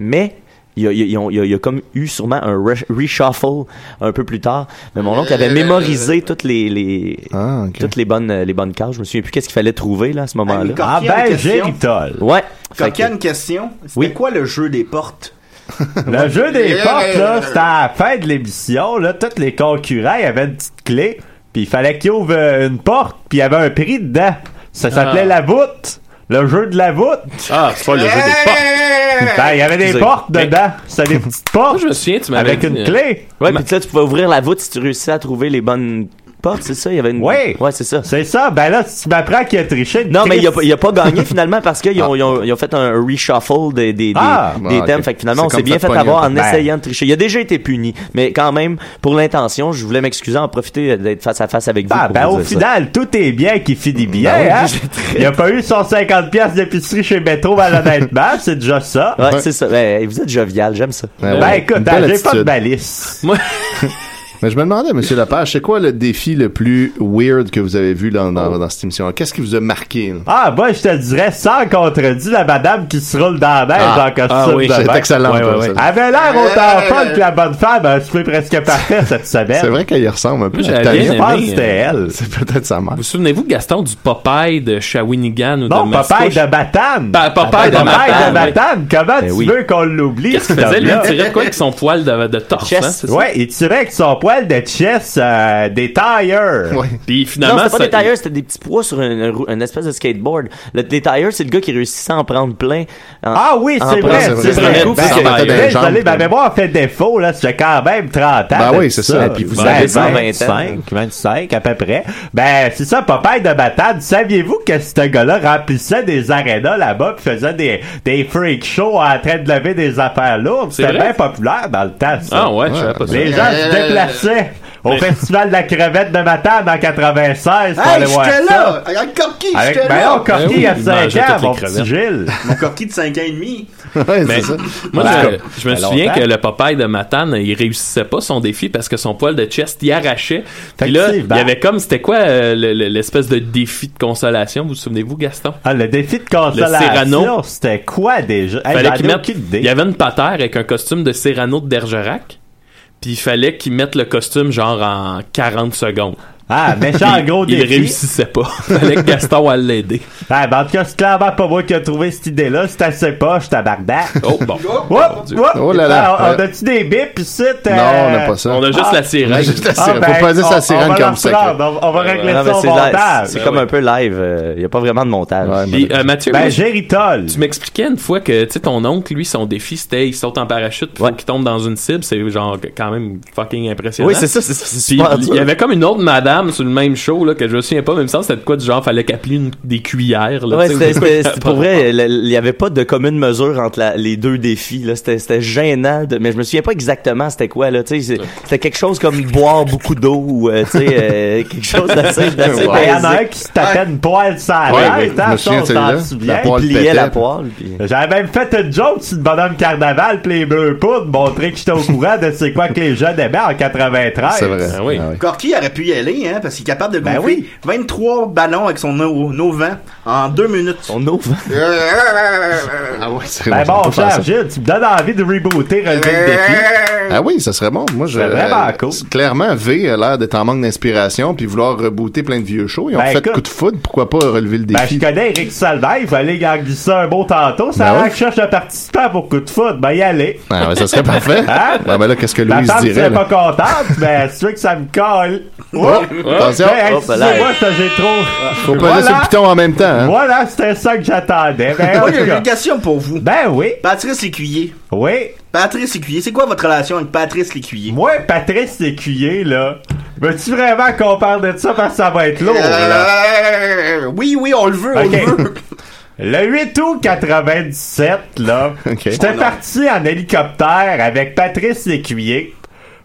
F: Mais il y a, il y a- il y a- il y a comme eu sûrement un re- reshuffle un peu plus tard. Mais mon oncle avait mémorisé toutes les, les
G: Ah,
F: toutes les bonnes les bonnes cartes. Je me souviens plus qu'est-ce qu'il fallait trouver là à ce moment-là.
G: Corky, Ah, ben, une question.
C: géritol.
F: Ouais. Fait
G: Corky
F: que-
G: a une question. C'était quoi le jeu des portes?
C: Le jeu des
G: Euh,
C: portes, là, c'était à la fin de l'émission, là, tous les concurrents, ils avaient une petite clé, puis il fallait qu'ils ouvrent euh, une porte, puis il y avait un prix dedans. Ça s'appelait la
D: Ah.
C: voûte. Le jeu de la voûte.
D: Ah, c'est pas le jeu des portes.
C: Ben, il y avait des
D: Excusez.
C: portes
D: Mais-
C: dedans. C'était des petites portes.
D: Oh, je me souviens, tu m'avais
C: Avec
D: dit,
C: une
D: euh,
C: clé.
F: Ouais, puis là, tu pouvais ouvrir la voûte si tu réussissais à trouver les bonnes portes, c'est ça? Il y avait une...
C: Ouais.
F: Ouais, c'est ça.
C: C'est ça. Ben là, si tu m'apprends qu'il a triché.
F: Non, mais il a, pas- il a pas gagné finalement parce qu'ils ont, ils ont, ils ont fait un reshuffle des, des, des,
C: Ah,
F: des
C: bah, ok.
F: thèmes. Fait que finalement,
C: C'est
F: on s'est
C: comme
F: bien
C: fait
F: fait
C: pogner.
F: avoir en
C: Ben.
F: essayant de tricher. Il a déjà été puni, mais quand même, pour l'intention, je voulais m'excuser, en profiter d'être face à face avec vous.
C: Ah,
F: pour
C: ben
F: vous
C: au
F: dire ça.
C: final, tout est bien qui finit bien,
F: Ben oui,
C: hein?
F: j'ai très-
C: Il a pas eu 150 pièces d'épicerie chez Métro, malhonnêtement, c'est déjà ça.
F: Ouais, c'est ça. Ben, vous êtes jovial, j'aime ça.
C: Ben, écoute,
E: Une belle
C: j'ai pas de
E: attitude.
C: balise.
E: Mais je me demandais, Monsieur Lapage, c'est quoi le défi le plus weird que vous avez vu dans, dans,
F: Oh.
E: dans cette émission Qu'est-ce qui vous a marqué là?
C: Ah, moi, je te dirais, sans contredit, la madame qui se roule dans la neige
E: Ah.
C: en costume
E: Ah oui,
C: de
E: c'est
C: bain.
E: excellent,
C: Ouais,
E: toi,
C: ouais,
E: ça.
C: ouais. Elle avait l'air autant folle que la bonne femme, un souper presque parfait cette semaine.
E: C'est vrai qu'elle y ressemble un peu.
D: Moi, j'avais
E: Tania.
D: bien
E: Je pense
D: aimé,
F: hein.
E: que c'était
D: euh,
E: elle. C'est peut-être sa mère.
D: Vous souvenez-vous, Gaston, du Popeye de Shawinigan ou
C: Non,
D: de
C: Popeye
D: Mascouche?
C: de Matane.
D: Pa- Ben, Popeye de Matane,
C: Popeye de
D: oui.
C: Matane, comment
D: Ben
C: tu
D: oui.
C: veux qu'on l'oublie?
D: Qu'est-ce qu'il
C: cet
D: faisait, lui? Il
C: homme-là?
D: tirait quoi avec son poil de, de torse, hein, c'est ça?
C: Ouais, il tirait avec son poil de chess euh, des tailleurs.
D: Puis
F: non,
D: finalement,
F: c'était pas
D: ça-
F: des tailleurs, c'était des petits poids sur un, un rou- un espèce de skateboard. Le, les tailleurs, c'est le gars qui réussissait à en prendre plein. en-
C: Ah oui,
F: en
C: c'est
F: prenant-
C: vrai, c'est
F: sur un
C: vrai.
F: coup,
C: Ben,
F: parce que-
C: ben, Désolé, ma mémoire fait défaut, là, c'est quand même 30 ans.
E: Ben
C: de
E: oui, c'est ça.
C: Puis vous
E: Ben,
C: avez
E: cent vingt ans.
C: 25, 25 à peu près. Ben, c'est ça, Popeye de Batade. Saviez-vous que ce gars-là remplissait des arénas là-bas puis faisait des, des freak shows en train de lever des affaires lourdes?
D: C'est
C: C'était
D: vrai?
C: bien populaire dans le temps, ça.
D: Ah ouais, je savais pas ça.
C: Les gens se déplaçaient au
D: Mais-
C: festival de la crevette de Matane en 96 pour aller
G: Hey,
C: voir
G: j'étais là!
C: ça.
G: Avec Corky,
C: Avec
G: j'étais
C: Marion
G: là!
C: Corky
D: Ben oui,
C: à
D: il
C: 5
D: mangeait
C: ans,
D: toutes les
C: mon petit
D: crevettes.
C: Gilles.
G: Mon Corky de 5 ans et demi.
D: Mais moi,
C: Ouais.
D: je, je me
C: Ça fait
D: souviens
C: longtemps.
D: que le Popeye de Matane, il réussissait pas son défi parce que son poil de chest y arrachait. Puis là, il
C: bah.
D: y avait comme, c'était quoi euh, le- le- l'espèce de défi de consolation? Vous vous souvenez-vous, Gaston?
C: Ah, le défi de
D: Le Cyrano.
C: consolation, c'était quoi déjà? Hey,
D: fallait
C: j'en
D: qu'il
C: ai
D: mette,
C: aucune
D: il y avait une patère avec un costume de Cyrano de Bergerac. Puis il fallait qu'il mette le costume genre en 40 secondes.
C: Ah, méchant gros
D: Il
C: défi.
D: réussissait pas. fallait que Gaston allait l'aider.
C: Ah, ben, en tout cas, c'est clairement pas moi qui a trouvé cette idée-là. C'est assez poche, tabarnak.
D: Oh, bon.
C: Whoop, whoop.
E: Oh là là.
C: Ah, on, on a-tu des bips ici? euh,
E: Non, on n'a pas ça.
D: On a juste
C: Ah.
D: la sirène.
E: On a juste la
C: Ah,
E: sirène.
C: ben,
E: Faut pas dire
C: on-
E: sa sirène
C: on va
E: comme
C: la
E: ça.
C: prendre. On, on va régler
F: Non, mais
C: ça au
F: c'est la-
C: montage.
F: C'est comme un peu live. euh, Il n'y a pas vraiment de montage.
D: Puis, euh, Mathieu,
C: Ben,
D: moi,
C: Géritol.
D: tu m'expliquais une fois que tu sais, ton oncle, lui, son défi, c'était il saute en parachute, puis faut qu'il tombe dans une cible. C'est genre quand même fucking impressionnant.
F: Oui, c'est ça, c'est- c'est
D: Puis,
F: super
D: il
F: dur.
D: y avait comme une autre madame dame sur le même show là, que je me souviens pas, même sens c'était de quoi du genre fallait qu'elle plie une- des cuillères. Là,
F: Ouais,
D: tu sais,
F: c'était-
D: ou des
F: c'était-
D: trucs
F: c'était- pour vrai, le- il n'y avait pas de commune mesure entre la- les deux défis. là. C'était c'était gênant, de- mais je me souviens pas exactement c'était quoi. là. Tu sais, c'est- C'était quelque chose comme boire beaucoup d'eau ou euh, tu sais, euh, quelque chose d'assez d'assez
C: Ouais. Il y en a un
F: basique.
C: qui se tapait une poêle sur la
F: Ouais,
C: tête,
F: oui, je
C: hein,
F: me
C: ça,
F: souviens
C: on
F: de
C: s'en
F: celui-là.
C: souvient.
F: La poêle Il pliait pétait. la poêle, puis-
C: J'avais même fait une joke sur le bonhomme carnaval pis les bleus poudres, montrer que j'étais au courant de c'est quoi que les jeunes aimaient en 93.
G: Ah Corky aurait pu y aller, hein, parce qu'il est capable de
C: Ben
G: gonfler 23 ballons avec son no- novant en deux minutes. Son
F: novant?
G: ah ouais,
E: c'est
C: Ben
E: vrai, j'aime
C: bon,
E: pas
C: cher
E: ça.
C: Gilles, tu me donnes envie de rebooter, relever le défi.
E: Ah oui, ça serait bon. Moi, je, euh,
C: C'est vraiment cool.
E: Clairement, V a l'air d'être en manque d'inspiration puis vouloir rebooter plein de vieux shows. Ils ont
C: Ben,
E: fait
C: écoute.
E: coup de foudre. Pourquoi pas relever le
C: Ben,
E: défi?
C: je connais Eric Salvaille, il fallait qu'il en glisse un mot tantôt. Ça
E: Ben
C: a l'air
E: oui.
C: que je cherche un participant pour coup de foot. Ben, y aller.
E: Ah ouais, ça serait parfait.
C: Hein?
E: Ah, ben là, qu'est-ce que
C: Ma
E: Louise
C: femme
E: dirait?
C: serait pas
E: là?
C: contente, mais c'est sûr que ça me colle. Oh,
E: attention.
C: Ben, hey,
E: Hop là.
C: excusez-moi, ça, j'ai trop.
E: Faut pas laisser le piton en même temps. hein.
C: Voilà, c'était ça que j'attendais. Ben,
G: Moi,
C: en
G: j'ai
C: tout
G: une
C: cas,
G: question pour vous.
C: Ben oui.
G: Patrice Lécuyer.
C: Oui.
G: Patrice Lécuyer, c'est quoi votre relation avec Patrice Lécuyer?
C: Moi, Patrice Lécuyer, là, veux-tu vraiment qu'on parle de ça parce que ça va être lourd, là?
G: Euh, oui, oui, on le veut, on
C: Ok.
G: le veut.
C: Le 8 août 97, là, j'étais parti en hélicoptère avec Patrice Lécuyer.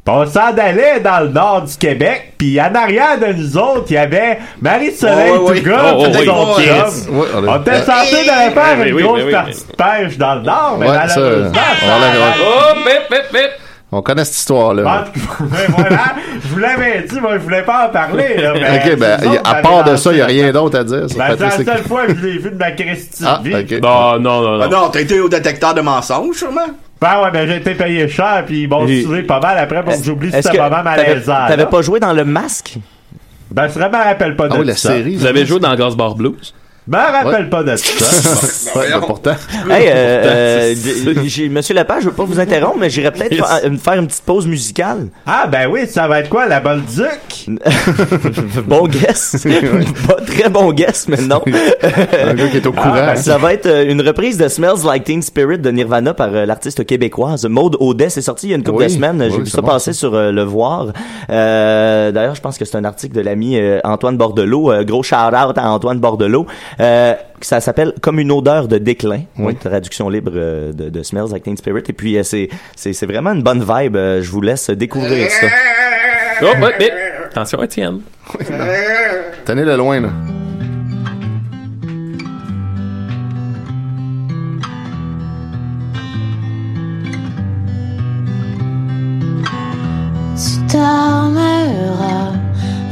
C: Pis on s'en allait dans le nord du Québec, puis en arrière de nous autres, il y avait Marie-Soleil
G: Oh, oui, oui.
C: Dugas,
G: Oh,
C: pis
G: oui,
C: son
G: oui.
C: chum.
G: Yes. Oui, on est-
C: on était censé
G: Euh,
C: d'aller faire
G: oui,
C: une
G: oui,
C: grosse
G: oui, oui,
C: partie de pêche dans le nord, mais
E: Ouais, ça,
C: malheureusement,
E: on
C: ça
E: l'a-
C: allait-
D: Oh, pip, pip, pip.
E: On connaît cette histoire-là.
C: En tout cas, ben voilà, je vous l'avais dit, moi je voulais pas en parler. Là, mais
E: ok, ben,
C: vous autres,
E: y a- à
C: m'avez
E: part de
C: lancé.
E: ça, il n'y a rien d'autre à dire. sur
C: Ben,
E: Patrice
C: c'est la seule
E: Lécuyer.
C: fois que je l'ai vu de ma Christie
E: Ah,
C: vie.
E: ok.
D: Non, non, non,
G: Ah
D: non.
G: non, t'as été au détecteur de mensonges, sûrement?
C: Ben ouais, ben j'ai été payé cher, puis ils m'ont
F: Et-
C: tiré pas mal après pour que j'oublie
F: Est-ce
C: ce
F: que
C: moment
F: t'avais-
C: malaisant.
F: T'avais
C: là.
F: pas joué dans le masque?
C: Ben, je me rappelle pas
E: Ah
C: de ça.
D: Vous avez joué dans Gas Bar Blues?
C: Je me rappelle pas de ça.
E: Ouais, ben, pourtant.
F: Hey, euh, euh,
C: C'est-
F: j'ai- j'ai- Monsieur Lepage, je veux pas vous interrompre, mais j'irais peut-être
C: Yes.
F: fa- euh, faire une petite pause musicale.
C: Ah, ben oui, ça va être quoi, la Bolduc?
F: bon guess. pas très bon guess, mais non.
E: Un gars qui est au courant.
F: Ah, ben, ça va être euh, une reprise de Smells Like Teen Spirit de Nirvana par euh, l'artiste québécoise Maude Audet. C'est sorti il y a une couple
E: Oui,
F: de semaines. J'ai
E: oui,
F: vu
E: c'est
F: ça
E: bon,
F: passer sur euh, Le Voir. Euh, D'ailleurs, je pense que c'est un article de l'ami euh, Antoine Bordelot. Euh, gros shout-out à Antoine Bordelot. Euh, ça s'appelle Comme une odeur de déclin. Une traduction libre euh, de, de Smells Like Teen Spirit. Et puis, euh, c'est- c'est c'est vraiment une bonne vibe. Euh, je vous laisse découvrir ça.
D: Oh, ouais, mais... Attention, Étienne.
E: Tenez le loin, là.
I: Tu dormiras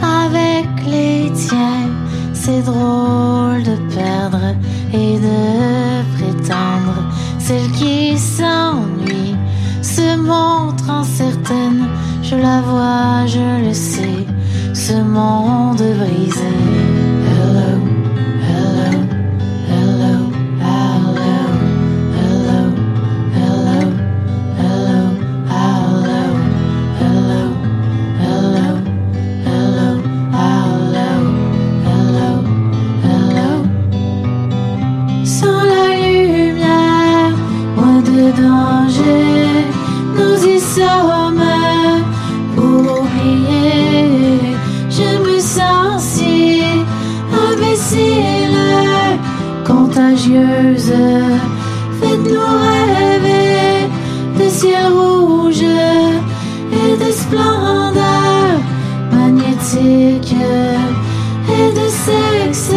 I: avec les tiens. C'est drôle de perdre et de prétendre. Celle qui s'ennuie se montre incertaine. Je la vois, je le sais. Ce monde brisé. Hello, hello, hello, hello. Hello, hello, hello, hello. Hello, hello, hello, hello, hello, hello. Sans la lumière, moins de danger, nous y sommes pour oublier. Je me sens si imbécile, contagieuse. Faites-nous rêver de ciel rouge et de splendeur magnétique et de sexe.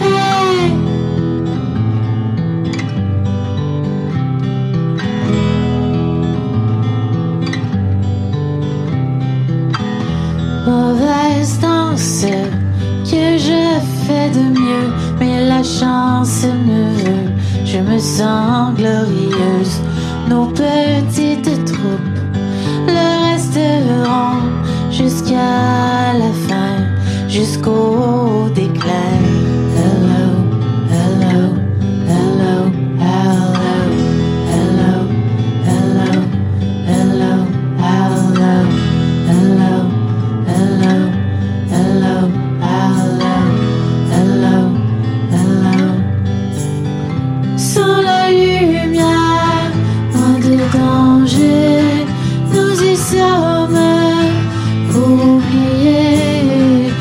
I: Hey. Mauvaise danse que je fais de mieux, mais la chance me veut. Je me sens glorieuse. Nos petites troupes le resteront jusqu'à la fin, jusqu'au déclin. Hello, hello, hello, hello, hello, hello, hello, hello, hello, hello, hello, hello, hello, hello. Sans la lumière, moins de danger, nous y sommes pour oublier.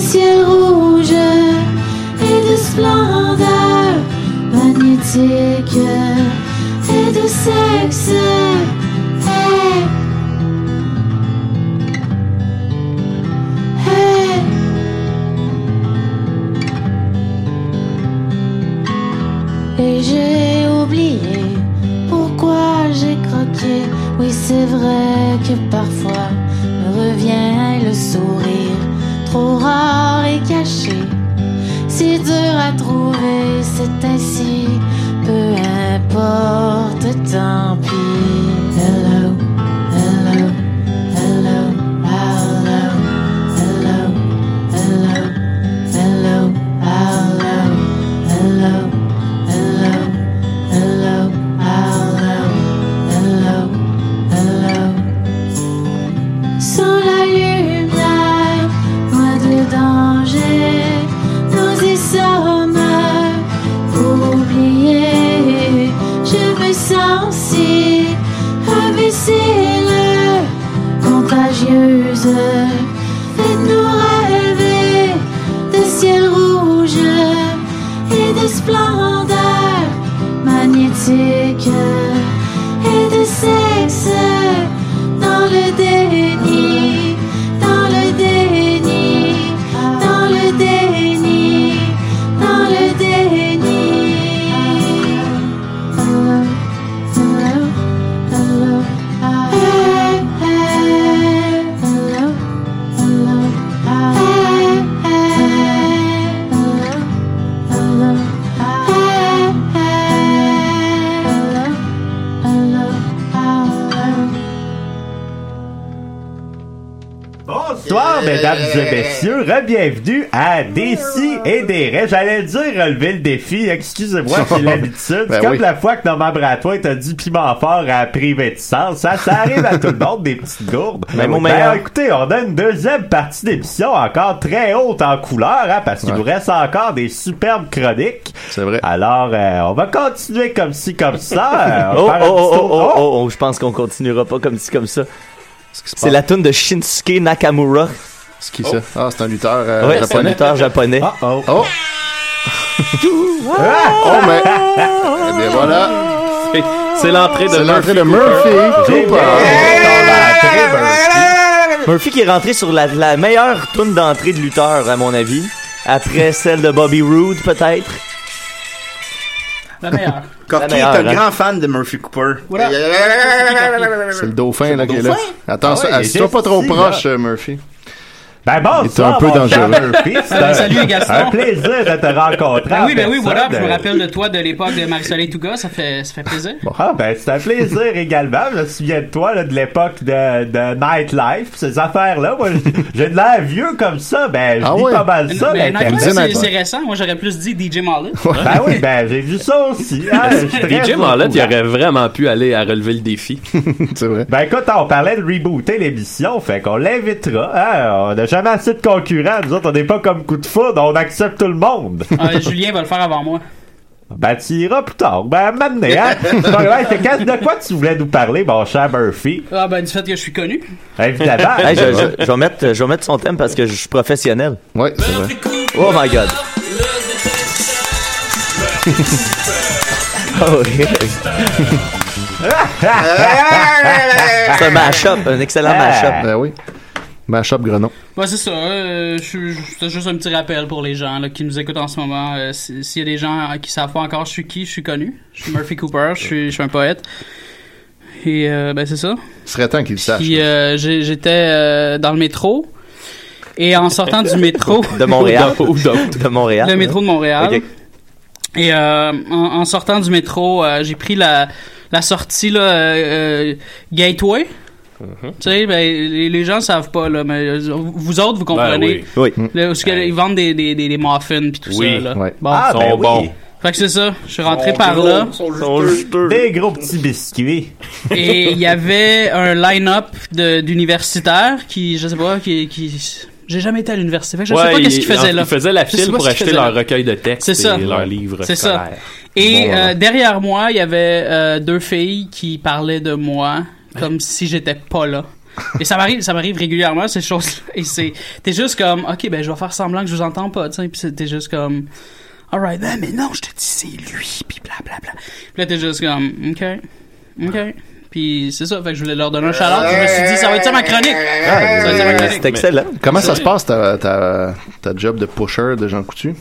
I: ciel rouge et de splendeur magnétique et de sexe. Hey. Hey. Et j'ai oublié pourquoi j'ai croqué. Oui, c'est vrai que parfois me revient le sourire, trop rare et caché. Si dur à trouver, c'est ainsi. Peu importe, tant pis. Hello, hello, hello, hello, hello, hello, hello, hello, hello. Hello, hello, hello, hello, hello. Sans la lumière, loin de danger, nous y sommes pour oublier. Je me sens si imbécile, contagieuse. Faites-nous rêver de ciel rouge et de splendeur magnétique et de sexe dans le déni, dans le déni, dans le déni, dans le déni. Hello, hello, hello, hey, hey. hello, hello, hey, hey. hello. Hello, hello, hello, hello, hello.
C: Bonsoir, mesdames et messieurs. Re-bienvenue à Décis et des Rêves. J'allais le dire, relever le défi. Excusez-moi, c'est l'habitude.
E: Ben
C: Comme
E: oui.
C: la fois que Normand Bratois t'a dit piment fort à privé de sens. Ça, ça arrive à tout le monde, des petites gourdes.
F: Même au
C: Ben,
F: meilleur.
C: écoutez, on a une deuxième partie d'émission encore très haute en couleur, hein, parce qu'il nous reste encore des superbes chroniques.
E: C'est vrai.
C: Alors, euh, on va continuer comme ci, comme ça. Euh, on
F: oh,
C: va faire
F: oh,
C: un petit
F: oh,
C: tour-
F: oh, oh, oh, je pense qu'on continuera pas comme ci, comme ça.
E: se
F: C'est
E: passe?
F: la tune de Shinsuke Nakamura.
E: C'est qui ça? Ah, c'est un lutteur euh,
F: ouais, c'est un
E: japonais.
F: lutteur japonais.
C: Oh,
E: oh. oh, mais. Eh bien, voilà.
D: C'est l'entrée de
E: C'est l'entrée de
F: Ah! Murphy
E: Murphy
F: Cooper.
E: Cooper.
F: Murphy qui est rentré sur la, la meilleure tune d'entrée de lutteur, à mon avis. Après celle de Bobby Roode, peut-être.
G: La meilleure. Corky
F: La
G: est
F: meilleure,
G: un
F: hein.
G: grand fan de Murphy Cooper.
E: C'est le dauphin, là, qui est là.
G: dauphin?
E: Attends,
G: Ah
E: ça-
G: ouais, il est
E: assis-toi pas trop
G: ici, là.
E: proche, euh, Murphy.
C: Ben bon,
E: C'est un peu dangereux.
C: Salut, Gaston. Un plaisir de te rencontrer.
J: Ben oui, ben oui,
C: en personne.
J: voilà, je me rappelle de toi de l'époque de Marie-Soleil Touga, ça fait, ça fait plaisir.
C: Ah ben c'est un plaisir également. Je me souviens de toi là, de l'époque de, de Nightlife, ces affaires-là. Moi, j'ai- j'ai de l'air vieux comme ça. Ben je
J: Ah
C: dis
J: ouais.
C: pas mal ça.
J: mais
C: l'Internet.
J: Nightlife, c'est- c'est récent, moi j'aurais plus dit DJ Marley.
C: Ben oui, ben j'ai vu ça aussi. hein. Je suis très
D: DJ
C: au
D: Marlette, il
C: courant.
D: aurait vraiment pu aller à relever le défi.
E: c'est vrai.
C: Ben écoute, on parlait de rebooter l'émission, fait qu'on l'invitera. hein. On n'a jamais assez de concurrents. Nous autres, on n'est pas comme coup de foudre, on accepte tout le monde.
J: Euh, Julien va le faire avant moi.
C: Ben, tu iras plus tard. Ben, maintenant, hein? Donc, ouais, c'est quand- de quoi tu voulais nous parler, mon cher Murphy?
J: Ah ben du fait que je suis connu.
C: Évidemment.
F: Hey, je, je- je vais mettre, je vais mettre son thème parce que je suis professionnel.
E: Ouais, c'est vrai.
F: Oh my god. Oh, oui.
E: C'est
F: C'est un mash-up, un excellent mash-up.
E: Ben oui. Mashup Grenon.
J: Ouais, c'est ça. euh, je suis- je- c'est juste un petit rappel pour les gens là, qui nous écoutent en ce moment. Euh, si- S'il y a des gens euh, qui savent pas encore je suis qui, je suis connu. Je suis Murphy Cooper, je suis, je suis un poète. Et euh, ben c'est ça.
E: Il serait temps qu'il le sache.
J: Puis euh, j'ai- j'étais euh, dans le métro. Et en sortant du métro.
F: De Montréal. De Montréal.
J: Le métro de Montréal.
F: Ok.
J: Et euh, en, en sortant du métro, euh, j'ai pris la, la sortie là, euh, euh, Gateway.
F: Mhm.
J: Tu sais, ben, les, les gens savent pas, là, mais euh, vous autres, vous comprenez.
F: Ben Oui.
J: Là, parce que ils vendent des, des, des, des muffins puis tout
F: Oui.
J: ça. Là.
F: Mm. Ouais. Ah, ben Sont oui. bons.
J: Fait que c'est ça, je suis rentré
C: Sont
J: par
C: gros,
J: là.
C: sont Sont juteux. Des gros petits biscuits.
J: Et il y avait un line-up de- d'universitaires qui, je sais pas, qui. qui j'ai jamais été à l'université. Fait que je sais
D: Ouais,
J: pas qu'est-ce
D: ils-
J: qu'ils faisaient
D: ils
J: là.
D: faisaient la
J: Je sais
D: file
J: pas
D: pour
J: ce qu'ils
D: acheter
J: faisaient
D: leur
J: là.
D: recueil de textes
J: C'est ça.
D: et leurs livres
J: C'est ça.
D: scolaires.
J: Et
D: Bon,
J: euh,
D: voilà.
J: derrière moi, il y avait euh, deux filles qui parlaient de moi comme si j'étais pas là. Et ça m'arrive, ça m'arrive régulièrement ces choses. Et c'est, t'es juste comme, ok, ben je vais faire semblant que je vous entends pas, tu sais. Puis c'est- t'es juste comme, alright, ben mais non, je te dis c'est lui, puis blablabla. Puis là t'es juste comme, ok, ok. Puis c'est ça, fait que je voulais leur donner un shout-out. Je me suis dit, ça va être ça ma chronique. ça va être ça ma chronique.
F: C'est excellent.
E: Comment ça se passe ta, ta, ta job de pusher de Jean Coutu?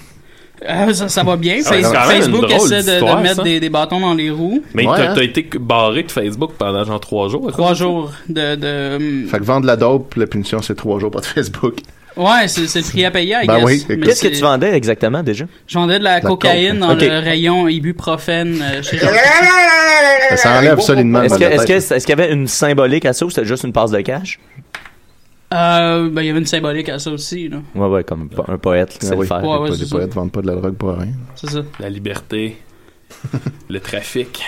J: Euh, ça, ça va bien.
E: Ah ouais,
J: Face-
E: c'est quand même une
J: Facebook
D: drôle
J: essaie de- de,
D: d'histoire,
J: mettre
D: ça.
J: des, des bâtons dans les roues.
D: Mais
E: Ouais,
D: t'as
E: hein.
D: t'as été barré de Facebook pendant genre trois jours. à
J: Trois
D: cause de ça?
J: jours de. de- mm,
E: Fait que vendre la dope, la punition, c'est trois jours, pas de Facebook.
J: Ouais, c'est c'est le prix à payer, I
E: Ben
J: guess.
E: oui,
J: Mais
F: Qu'est-ce que
J: c'est-
F: tu vendais exactement déjà?
J: Je vendais de la,
F: La
J: cocaïne
F: coke.
J: dans
F: Ok.
J: le rayon ibuprofène euh, chez
E: Ça enlève solidement
F: Est-ce
E: le
F: que-
E: mal de
F: est-ce que-
E: tête.
F: est-ce qu'il y avait une symbolique à ça ou c'était juste une passe de cash?
J: Euh, ben, il y avait une symbolique à ça aussi, là.
F: Ouais, ouais, comme un poète qui
E: Ah
F: sait
E: oui.
F: le faire.
J: Ouais, ouais,
E: Pas
J: c'est
E: des
J: ça.
E: poètes vendent pas de la drogue pour rien.
J: C'est ça.
D: La liberté, le trafic.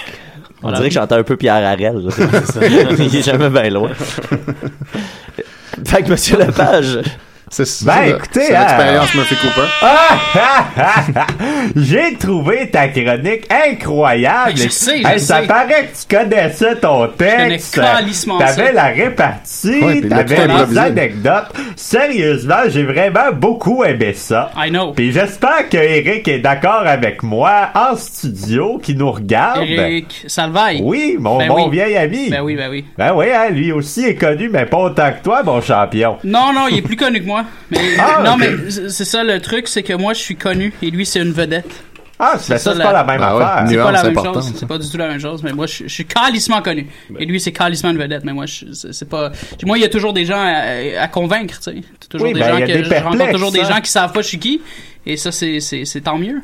F: On dirait que j'entends un peu Pierre Harel. là. Il est jamais bien loin. fait que Monsieur Lepage.
E: C'est
F: Ben,
E: ça, là.
F: écoutez,
E: C'est
F: hein.
E: l'expérience Murphy Cooper.
C: Ah, ah, ah, ah. J'ai trouvé ta chronique incroyable.
J: Je sais, je
C: Hey, ça
J: sais.
C: paraît que tu connaissais ton
J: connais
C: texte.
J: calissement ça.
C: T'avais la répartie,
J: Ouais, puis là,
C: t'avais
J: tout
C: les
J: improvisé.
C: anecdotes. Sérieusement, j'ai vraiment beaucoup aimé ça.
J: I know.
C: Puis j'espère que Eric est d'accord avec moi en studio, qui nous regarde.
J: Eric Salvaille.
C: Oui, mon
J: Ben
C: bon
J: oui.
C: vieil ami.
J: Ben oui, ben oui.
C: Ben oui, hein, lui aussi est connu, mais pas autant que toi, mon champion.
J: Non, non, il est plus connu que moi. Mais,
C: Ah,
J: non,
C: ok.
J: mais c'est c'est ça le truc, c'est que moi, je suis connu et lui, c'est une vedette.
C: Ah, c'est- ben ça, c'est pas la même Ah ouais, affaire.
J: C'est pas
C: nuance
F: hein.
J: la même
C: importante,
J: chose.
C: ça.
J: C'est pas du tout la même chose. Mais moi, je, je suis calissement connu. Et lui, c'est calissement une vedette. Mais moi, je, c'est, c'est pas. Moi, il y a toujours des gens à, à convaincre, tu sais. Toujours
C: Oui,
J: des
C: ben,
J: gens
C: il y a
J: que
C: des
J: je rencontre
C: perplexes,
J: toujours des
C: hein.
J: gens qui savent pas je suis qui. Et ça, c'est, c'est, c'est tant mieux.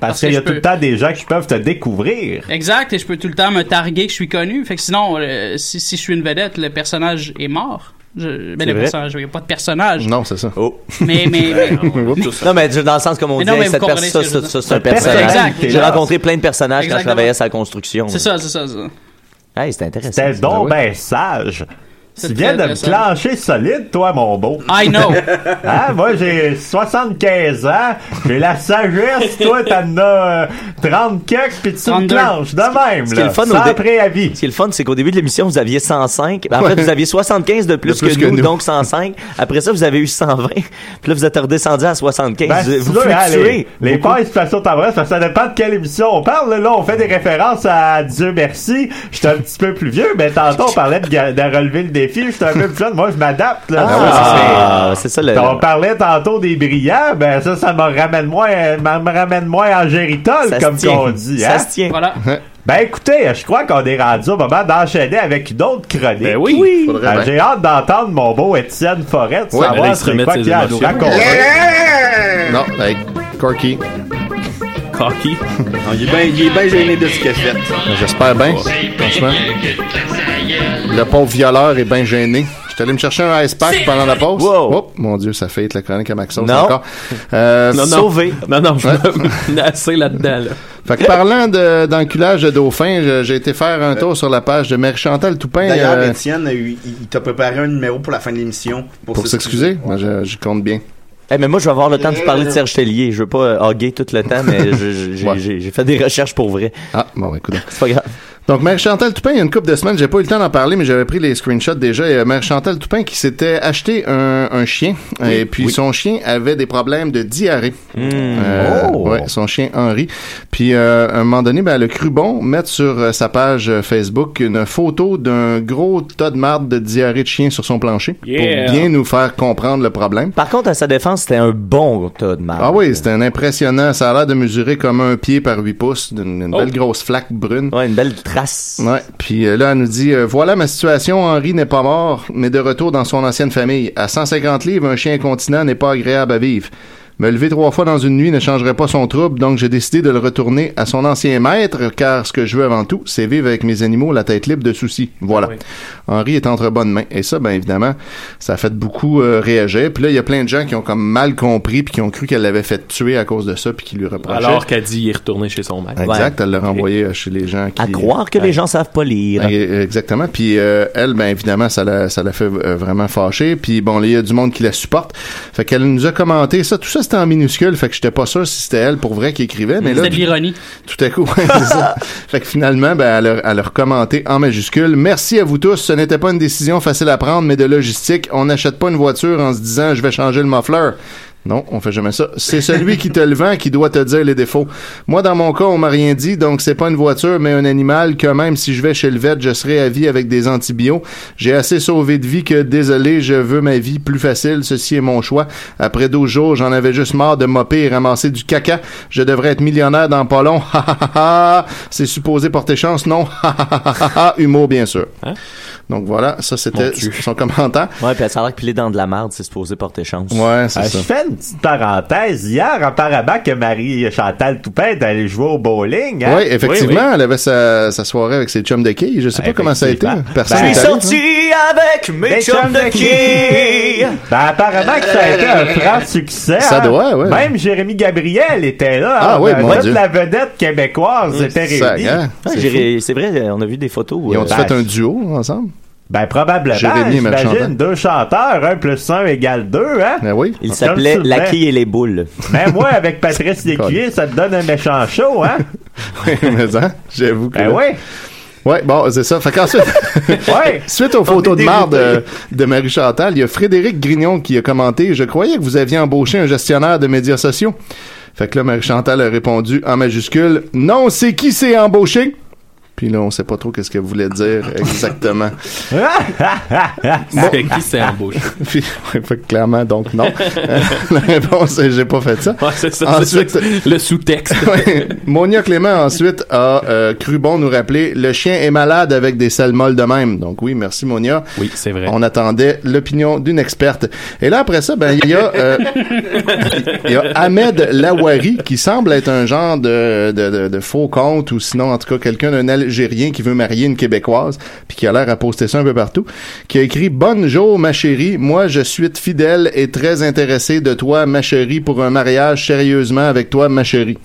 C: Parce,
J: Parce que
C: qu'il y a
J: je
C: tout
J: peux-
C: le temps des gens qui peuvent te découvrir.
J: Exact, et je peux tout le temps me targuer que je suis connu. Fait que sinon, euh, si, si je suis une vedette, le personnage est mort. Je, ben,
F: C'est
J: le
F: vrai.
J: personnage, il n'y a pas de personnage.
E: Non, c'est ça.
F: Oh.
J: Mais, mais, mais-
F: non, mais dans le sens, comme on
J: Mais
F: dit,
J: non, mais vous
F: cette
J: comprenez
F: personne,
J: ce
F: ça,
J: que
F: ça,
J: je veux dire.
F: ça, c'est un
J: Le personnage
F: personnage.
J: qui était
F: J'ai
J: là.
F: rencontré plein de personnages quand je
J: Exactement.
F: travaillais à la construction.
J: c'est ça, c'est ça, c'est ça.
F: Hey, c'est intéressant.
C: C'était donc ben sage.
J: C'est
C: Tu viens
J: très,
C: de
J: très
C: me
J: sage.
C: clencher solide, toi, mon beau.
J: I know.
C: Hein, moi, j'ai 75 ans, j'ai la sagesse, toi, t'en as euh, 30 quelques, puis tu me
F: 32.
C: clenches de même,
F: Ce qui est
C: là,
F: le fun,
C: sans
F: au dé-
C: préavis.
F: Ce qui est le fun, c'est qu'au début de l'émission, vous aviez 105. Ben, en fait, vous aviez 75 de plus,
C: De plus
F: que,
C: que
F: nous,
C: nous.
F: donc 105. Après ça, vous avez eu 120. Puis là, vous êtes redescendu à 75.
C: Ben,
F: vous
C: c'est
F: vous
C: là, hein,
F: fluctuez.
C: les, les
F: beaucoup.
C: pères, situation t'embrasse, parce que ça dépend de quelle émission on parle. Là, on fait des références à Dieu merci. J'étais un petit peu plus vieux, mais tantôt, on parlait de, ga- de relever le défi. J'étais un peu plus jeune. Moi, je m'adapte. là.
F: Ah,
C: Ça,
F: ah, c'est ça, le-
C: On parlait tantôt des brillants. Ben, ça, ça me ramène moins, me ramène moins en géritol,
F: Ça se
C: comme
F: tient.
C: qu'on dit.
F: Ça
C: hein.
F: se tient.
J: Voilà.
C: Ben écoutez, je crois qu'on est rendu au moment d'enchaîner avec une autre chronique. Ben
D: oui. Oui.
C: Ben,
D: Faudrait
C: J'ai
D: bien.
C: hâte d'entendre mon beau Étienne Forêt, de
E: Ouais,
C: savoir
E: Alex
C: c'est
E: remet
C: quoi
E: ses
C: qu'il a à nous
E: émotions.
C: raconter.
E: Non, avec Corky.
D: Corky?
G: il est bien ben gêné de ce qu'il a fait.
E: J'espère bien, franchement. Le pauvre violeur est bien gêné. Je suis allé me chercher un ice pack pendant la pause. Oh, mon Dieu, ça fait la chronique à Maxence
D: Non.
E: encore. Euh,
D: Non, non.
E: sauvé.
D: Non, non, je
E: Ouais.
D: me menaçais là-dedans. là.
E: Fait que parlant de- d'enculage de dauphin, je- j'ai été faire un tour sur la page de Mère Chantal Toupin.
G: D'ailleurs,
E: euh,
G: Étienne, il, il t'a préparé un numéro pour la fin de l'émission.
E: pour s'excuser, moi, je, je compte bien.
F: Eh, mais moi, je vais avoir le temps de vous parler de Serge Tellier. Je veux pas euh, hoguer tout le temps, mais je- je- j'ai j'ai- j'ai fait des recherches pour vrai.
E: Ah, bon, écoute.
F: C'est pas grave.
E: Donc, Mère Chantal Toupin, il y a une couple de semaines, j'ai pas eu le temps d'en parler, mais j'avais pris les screenshots déjà. Et, euh, Mère Chantal Toupin qui s'était acheté un, un chien, et puis son chien avait des problèmes de diarrhée.
F: Mmh.
E: Euh,
C: Oh!
E: ouais, son chien Henri. Puis, euh, à un moment donné, ben, elle a cru bon mettre sur euh, sa page euh, Facebook une photo d'un gros tas de marde de diarrhée de chien sur son plancher
F: Yeah!
E: pour bien nous faire comprendre le problème.
F: Par contre, à sa défense, c'était un bon tas de marde.
E: Ah oui, c'était un impressionnant. Ça a l'air de mesurer comme un pied par huit pouces, d'une une
F: Oh.
E: belle grosse flaque brune.
F: Ouais, une belle trace.
E: Ouais. Puis euh, là, elle nous dit euh, voilà ma situation. Henri n'est pas mort, mais de retour dans son ancienne famille. À 150 livres, un chien incontinent n'est pas agréable à vivre. Me lever trois fois dans une nuit ne changerait pas son trouble, donc j'ai décidé de le retourner à son ancien maître, car ce que je veux avant tout, c'est vivre avec mes animaux la tête libre de soucis.
F: Ah
E: Voilà. Henri est entre bonnes mains. Et ça, ben évidemment, ça a fait beaucoup euh, réagir. Puis là, il y a plein de gens qui ont comme mal compris, puis qui ont cru qu'elle l'avait fait tuer à cause de ça, puis qui lui reprochaient.
D: Alors qu'elle dit, il est retourné chez son maître.
E: Exact, elle l'a renvoyé euh, chez les gens qui...
F: À croire que les gens savent pas lire.
E: Ben, euh, Exactement. Puis euh, elle, ben évidemment, ça l'a, ça l'a fait euh, vraiment fâcher. Puis bon, là, il y a du monde qui la supporte. Fait qu'elle nous a commenté ça. Tout ça, c'était en minuscule, fait que j'étais pas sûr si c'était elle pour vrai qui écrivait, mais là.
J: C'était de l'ironie.
E: Tout à coup, ouais, c'est ça. Fait que finalement, ben, elle, a, elle a recommenté en majuscule. Merci à vous tous. Ce n'était pas une décision facile à prendre, mais de logistique. On n'achète pas une voiture en se disant je vais changer le muffler. Non, on fait jamais ça. C'est celui qui te le vend qui doit te dire les défauts. Moi, dans mon cas, on m'a rien dit, donc c'est pas une voiture, mais un animal que même si je vais chez le vet, je serai à vie avec des antibiotiques. J'ai assez sauvé de vie que désolé, je veux ma vie plus facile. Ceci est mon choix. Après 12 jours, j'en avais juste marre de mopper et ramasser du caca. Je devrais être millionnaire dans pas long. Ha, ha, ha, ha. c'est supposé porter chance, non? Ha, ha, ha, ha, ha. Humour, bien sûr. Donc voilà, ça c'était
F: Hein? Mon Dieu.
E: son commentaire.
F: Ouais, puis ça a l'air que piler dans de la merde, c'est supposé porter chance.
E: Ouais, c'est
C: Ah,
E: ça.
C: Je fais une petite parenthèse. Hier, apparemment que Marie-Chantal Toupin est allée jouer au bowling. hein?
E: Oui, effectivement, elle avait sa, sa soirée avec ses chums de quilles. Je sais pas comment ça a été. Personne
C: Ben,
E: n'est
C: je suis
E: allé. hein.
C: sorti.
F: avec mes chums de quilles.
C: Ben, apparemment que ça a été un franc succès.
E: Ça
C: hein.
E: doit, ouais.
C: Même Jérémy Gabriel était là.
F: Ah
C: hein.
F: oui,
C: Ben,
F: mon
C: toute
F: Dieu.
C: la vedette québécoise était réunie.
F: Ouais, Ah, j'ai ré- C'est vrai, on a vu des photos.
E: Ils ont
F: euh,
E: fait un duo hein. ensemble.
C: Ben, probablement.
E: Jérémy et Marc Chantal.
C: J'imagine deux chanteurs, un plus un égale deux, hein?
E: Ben oui.
F: Il
D: Ah,
F: s'appelait La quille et les boules.
C: Ben, moi, avec Patrice Lécuyer, ça te donne un méchant show, hein?
E: Oui, mais hein, j'avoue que.
C: Ben
E: là-
C: ouais.
E: Ouais, bon, c'est ça. Fait qu'ensuite, suite
D: Ah,
E: aux photos de marde euh, de Marie Chantal, il y a Frédéric Grignon qui a commenté Je croyais que vous aviez embauché un gestionnaire de médias sociaux. Fait que là, Marie Chantal a répondu en majuscule Non, c'est qui s'est embauché Puis là, on sait pas trop qu'est-ce qu'elle voulait dire exactement.
D: C'est qui s'est embauché?
E: Puis, ouais, fait que clairement, donc non. La réponse est, j'ai pas fait ça.
D: Ouais, c'est ça, c'est ça que- le sous-texte.
E: Ouais. Monia Clément ensuite a euh, cru bon nous rappeler le chien est malade avec des selles molles de même. Donc oui, merci Monia.
D: Oui, c'est vrai.
E: On attendait l'opinion d'une experte. Et là après ça, ben il y a euh, il y a Ahmed Lawari qui semble être un genre de, de, de- de faux conte ou sinon en tout cas quelqu'un d'un Algérien qui veut marier une Québécoise puis qui a l'air à poster ça un peu partout qui a écrit Bonjour ma chérie moi je suis fidèle et très intéressé de toi ma chérie pour un mariage sérieusement avec toi ma chérie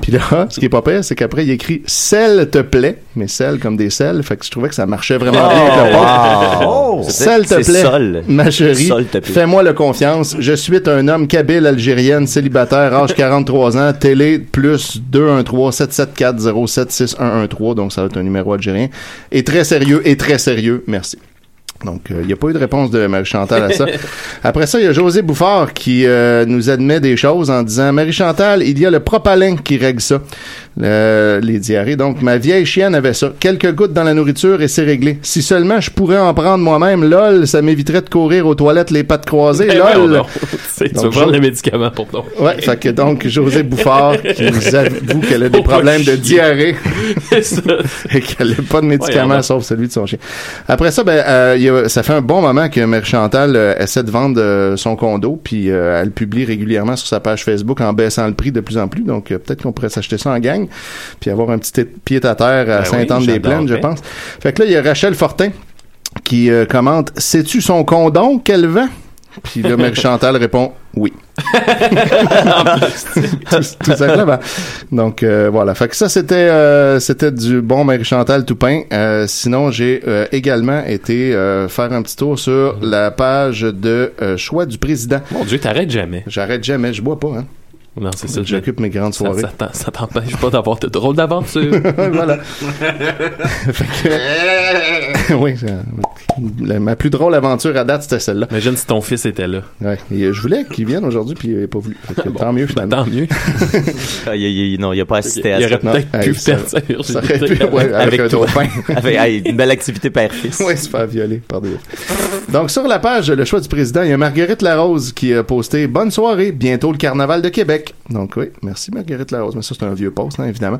E: puis là ce qui est pas pire c'est qu'après il écrit S'il te plaît mais celle comme des selles fait que je trouvais que ça marchait vraiment bien avec le
F: Oh,
E: pop.
F: wow.
E: S'il te
F: C'est
E: plaît
F: sol.
E: ma chérie
F: Sol te plaît.
E: Fais-moi le confiance. Je suis un homme kabyle algérienne, célibataire, âge 43 ans, télé plus 213-774-076113, donc ça va être un numéro algérien. Et très sérieux, et très sérieux. Merci. Donc, il n'y a pas eu de réponse de Marie-Chantal à ça. Après ça, il y a José Bouffard qui euh, nous admet des choses en disant Marie-Chantal, il y a le propalin qui règle ça. Le- les diarrhées. Donc, ma vieille chienne avait ça. Quelques gouttes dans la nourriture et c'est réglé. Si seulement je pourrais en prendre moi-même, lol, ça m'éviterait de courir aux toilettes les pattes croisées.
D: Ben voyons
E: Lol.
D: donc. C'est- Tu
E: Donc,
D: vas prendre
E: Jo-
D: le médicament pour toi.
E: Ouais, fait que donc, José Bouffard qui nous avoue qu'elle a des
D: Faut pas
E: problèmes de
D: chier.
E: diarrhée
D: C'est ça.
E: et qu'elle n'a pas de médicaments
D: Voyons
E: sauf celui de son chien. Après ça, ben, euh, il y a- ça fait un bon moment que Mère Chantal euh, essaie de vendre euh, son condo, puis euh, elle publie régulièrement sur sa page Facebook en baissant le prix de plus en plus. Donc euh, peut-être qu'on pourrait s'acheter ça en gang, puis avoir un petit pied à terre à
D: Ben oui,
E: Sainte-Anne-des-Plaines, je
D: j'adorerais.
E: pense. Fait que là, il y a Rachel Fortin qui euh, commente Sais-tu son condom qu'elle vend Puis là, Mère Chantal répond Oui. tout, tout simplement. Donc euh, voilà. Fait que ça c'était euh, c'était du bon Marie Chantal Toupin. Euh, sinon j'ai euh, également été euh, faire un petit tour sur la page de euh, choix du président.
D: Mon Dieu, t'arrêtes jamais.
E: J'arrête jamais, je bois pas. Hein.
D: Non, c'est ça.
E: J'occupe mes grandes
D: ça-
E: soirées.
D: ça t'en- Ça t'empêche pas d'avoir de drôles d'aventures.
E: voilà. oui, ça- la- ma plus drôle aventure à date c'était celle-là.
D: Imagine si ton fils était là.
E: Ouais. Et, euh, je voulais qu'il vienne aujourd'hui puis il n'avait pas voulu. Fait que tant mieux finalement.
D: Ben, Tant mieux.
F: Ah, il- il- non, il a pas assisté à ça.
E: Il aurait peut-être Non, pu hey, ça- faire ça, Virginie. ça aurait pu, ouais, avec un
F: toi.
E: dauphin.
F: Avec- hey, une belle activité père-fils.
E: Oui, se faire violer par des- Donc, sur la page Le choix du président, il y a Marguerite Larose qui a posté Bonne soirée, bientôt le carnaval de Québec. Donc, oui, merci Marguerite Larose. Mais ça, c'est un vieux post, hein, évidemment.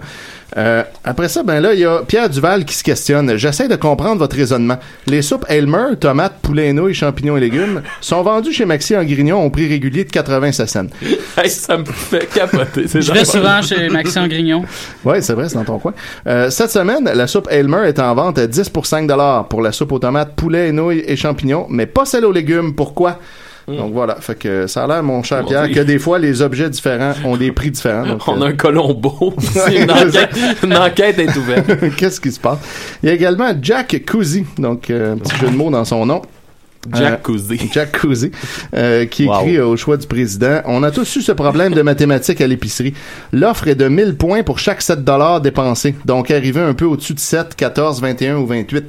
E: Euh, après ça, ben là, il y a Pierre Duval qui se questionne J'essaie de comprendre votre raisonnement. Les soupes Elmer, tomates, poulet et nouilles, champignons et légumes sont vendues chez Maxi en Grignon au prix régulier de 80 cents.
D: Hey, ça me fait capoter. ces
J: Je vais
D: affaires.
J: souvent chez Maxime Grignon.
E: Oui, c'est vrai, c'est dans ton coin. Euh, cette semaine, la soupe Elmer est en vente à 10 pour 5 pour la soupe aux tomates, poulet, nouilles et champignons, mais pas celle aux légumes. Pourquoi?
F: Hmm.
E: Donc voilà, fait que ça a l'air, mon cher
D: Mon
E: Pierre,
D: Dieu.
E: que des fois, les objets différents ont des prix différents. Donc,
D: On a
E: euh,
D: un Colombo. C'est une
E: Ouais,
D: enquête. Une enquête est ouverte.
E: Qu'est-ce qui se passe? Il y a également Jack Cousy, donc euh, un petit jeu de mots dans son nom.
D: Jack
E: Cousy. Jack Cousy, euh, qui écrit au choix du président On a tous eu ce problème de mathématiques à l'épicerie. L'offre est de 1000 points pour chaque 7 dépensé. Donc, arrivé un peu au-dessus de 7, 14, 21 ou 28.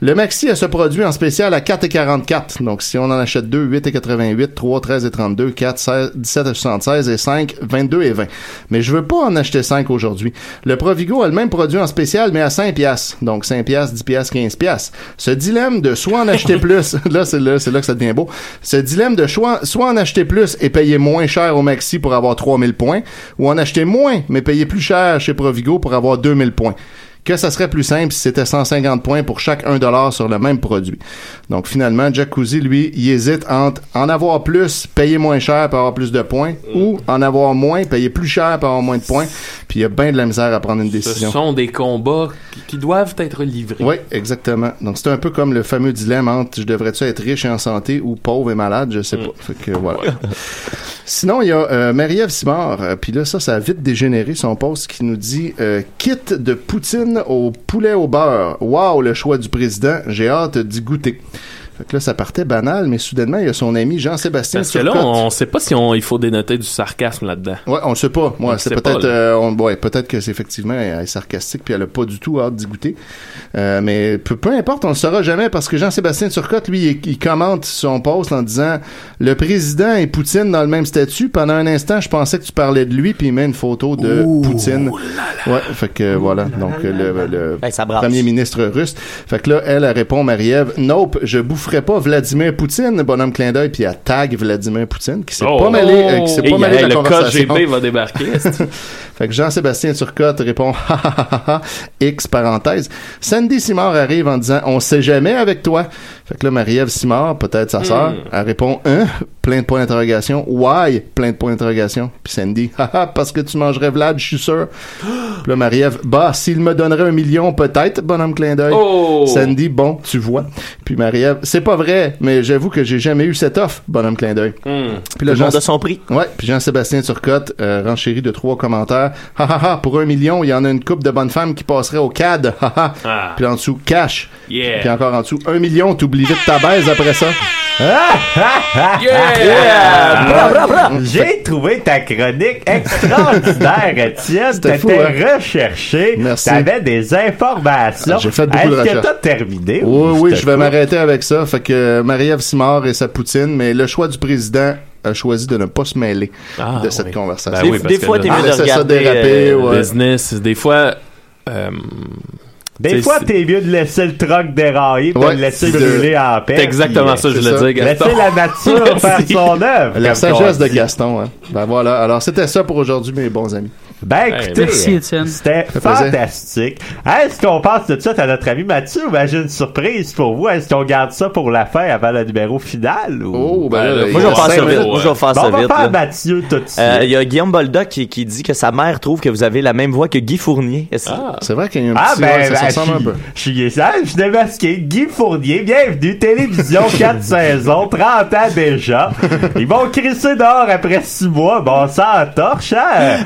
E: Le maxi a ce produit en spécial à 4,44. Donc, si on en achète 2, 8,88, 3, 13,32, 4, 16, 17,76 et 5, 22,20. Mais je veux pas en acheter 5 aujourd'hui. Le Provigo a le même produit en spécial, mais à 5 piastres. Donc, 5 piastres, 10 piastres, 15 piastres. Ce dilemme de soit en acheter plus, là, c'est là, c'est là que ça devient beau. Ce dilemme de choix, soit en acheter plus et payer moins cher au maxi pour avoir 3000 points, ou en acheter moins, mais payer plus cher chez Provigo pour avoir 2000 points que ça serait plus simple si c'était 150 points pour chaque 1 dollar sur le même produit. Donc finalement, Jack Cousy, lui, il hésite entre en avoir plus, payer moins cher pour avoir plus de points, ou en avoir moins, payer plus cher pour avoir moins de points. Puis il y a bien de la misère à prendre une
D: Ce
E: décision.
D: sont des combats qui, qui doivent être livrés.
E: Oui, exactement. Donc c'est un peu comme le fameux dilemme entre je devrais-tu être riche et en santé ou pauvre et malade, je sais pas. Fait que voilà. Sinon, il y a euh, Marie-Ève Simard, euh, puis là ça ça a vite dégénéré son poste qui nous dit euh, kit de poutine au poulet au beurre. Waouh, le choix du président, j'ai hâte d'y goûter. Fait que là, ça partait banal, mais soudainement, il y a son ami Jean-Sébastien
D: Parce que là,
E: Turcotte.
D: on sait pas si on, il faut dénoter du sarcasme là-dedans.
E: Ouais, on le sait pas.
D: On
E: Moi,
D: le
E: c'est
D: sait pas,
E: peut-être,
D: là.
E: euh, on- ouais, peut-être que c'est effectivement euh, elle est sarcastique, puis elle a pas du tout hâte d'y goûter. Euh, mais peu, peu importe, on le saura jamais parce que Jean-Sébastien Turcotte, lui, il, il commente son post en disant le président et Poutine dans le même statut. Pendant un instant, je pensais que tu parlais de lui, puis il met une photo de Poutine. Ouais, fait que voilà. Donc le, le
F: Ben,
E: premier ministre russe. Fait que là, elle, elle répond Marie-Ève, nope, je boufferai pas Vladimir Poutine. Bonhomme clin d'œil, puis elle tag Vladimir Poutine qui s'est
D: Oh!
E: pas mêlé, euh, qui s'est
D: Et
E: pas mêlé de la
D: le code
E: conversation.
D: GB va débarquer.
E: Fait que Jean-Sébastien Turcotte répond ha, ha, ha, ha, X parenthèse. Sandy Simard arrive en disant On sait jamais avec toi. Fait que là, Marie-Ève Simard, peut-être sa sœur,
D: Hmm.
E: elle répond Hein Plein de points d'interrogation. Why Plein de points d'interrogation. Puis Sandy Ha, ha, parce que tu mangerais Vlad, je suis sûr. Puis là, Marie-Ève Bah, s'il me donnerait un million, peut-être, bonhomme clin d'œil.
D: Oh!
E: Sandy Bon, tu vois. Puis Marie-Ève C'est pas vrai, mais j'avoue que j'ai jamais eu cette offre, bonhomme clin d'œil. Puis
F: Tout le monde a
E: son prix. Ouais, puis Jean-Sébastien Turcotte euh, renchérit de trois commentaires. Ha ha ha, pour un million, il y en a une coupe de bonnes femmes qui passerait au CAD. Ha ha.
D: Ah.
E: Puis en dessous, cash.
D: Yeah.
E: Puis encore en dessous, un million, t'oublies vite ta baise après ça.
C: Yeah! Ah,
E: Bra, bra, bra.
C: J'ai trouvé ta chronique extraordinaire, Étienne. T'étais
E: C'était fou, hein?
C: recherché.
E: Merci.
C: T'avais des informations.
E: Ah, J'ai fait beaucoup de
C: Est-ce que
E: recherches.
C: t'as terminé?
E: Oui,
C: ou
E: oui,
C: c'était
E: je vais
C: pas?
E: m'arrêter avec ça. Fait que euh, Marie-Ève Simard et sa poutine, mais le choix du président a choisi de ne pas se mêler de cette conversation.
D: Ben Ah, oui, parce
F: Ah,
D: que là-
E: On laissait ça déraper, ouais.
D: business. Des fois, euh,
C: Des
D: t'sais,
C: fois,
D: c'est-
C: t'es mieux de laisser le troc dérailler, puis
E: Ouais,
C: de le laisser
E: de-
C: brûler en paix.
D: C'est exactement
C: puis,
D: ça que je
C: c'est
D: voulais dire, Gaston.
C: Laisser la nature faire
D: Merci.
C: son œuvre.
E: La
C: comme
E: sagesse
C: qu'on
E: de
C: dit.
E: Gaston. hein. Ben voilà. Alors, c'était ça pour aujourd'hui, mes bons amis.
C: Ben écoutez,
E: Merci,
C: c'était
E: plaisir.
C: fantastique. Est-ce qu'on passe tout de suite à notre ami Mathieu ou ben, j'ai une surprise pour vous? Est-ce qu'on garde ça pour la fin avant le numéro final? Ou...
E: Oh, ben là,
F: Moi, je vais faire ça vite. Moi, je vais faire
C: Bon,
F: ça
C: on va
F: vite,
C: faire
F: là.
C: Mathieu tout de suite.
F: Euh, Il y a Guillaume Boldoc qui, qui dit que sa mère trouve que vous avez la même voix que Guy Fournier.
E: C'est vrai qu'il y a un
C: Ah
E: petit...
C: ben,
E: ouais, ça
C: ben,
E: ressemble un peu.
C: je suis je suis- ah, je suis démasqué. Guy Fournier, bienvenue, télévision, 4 saisons, 30 ans déjà. Ils vont crisser dehors après 6 mois. Bon, ça torche, hein?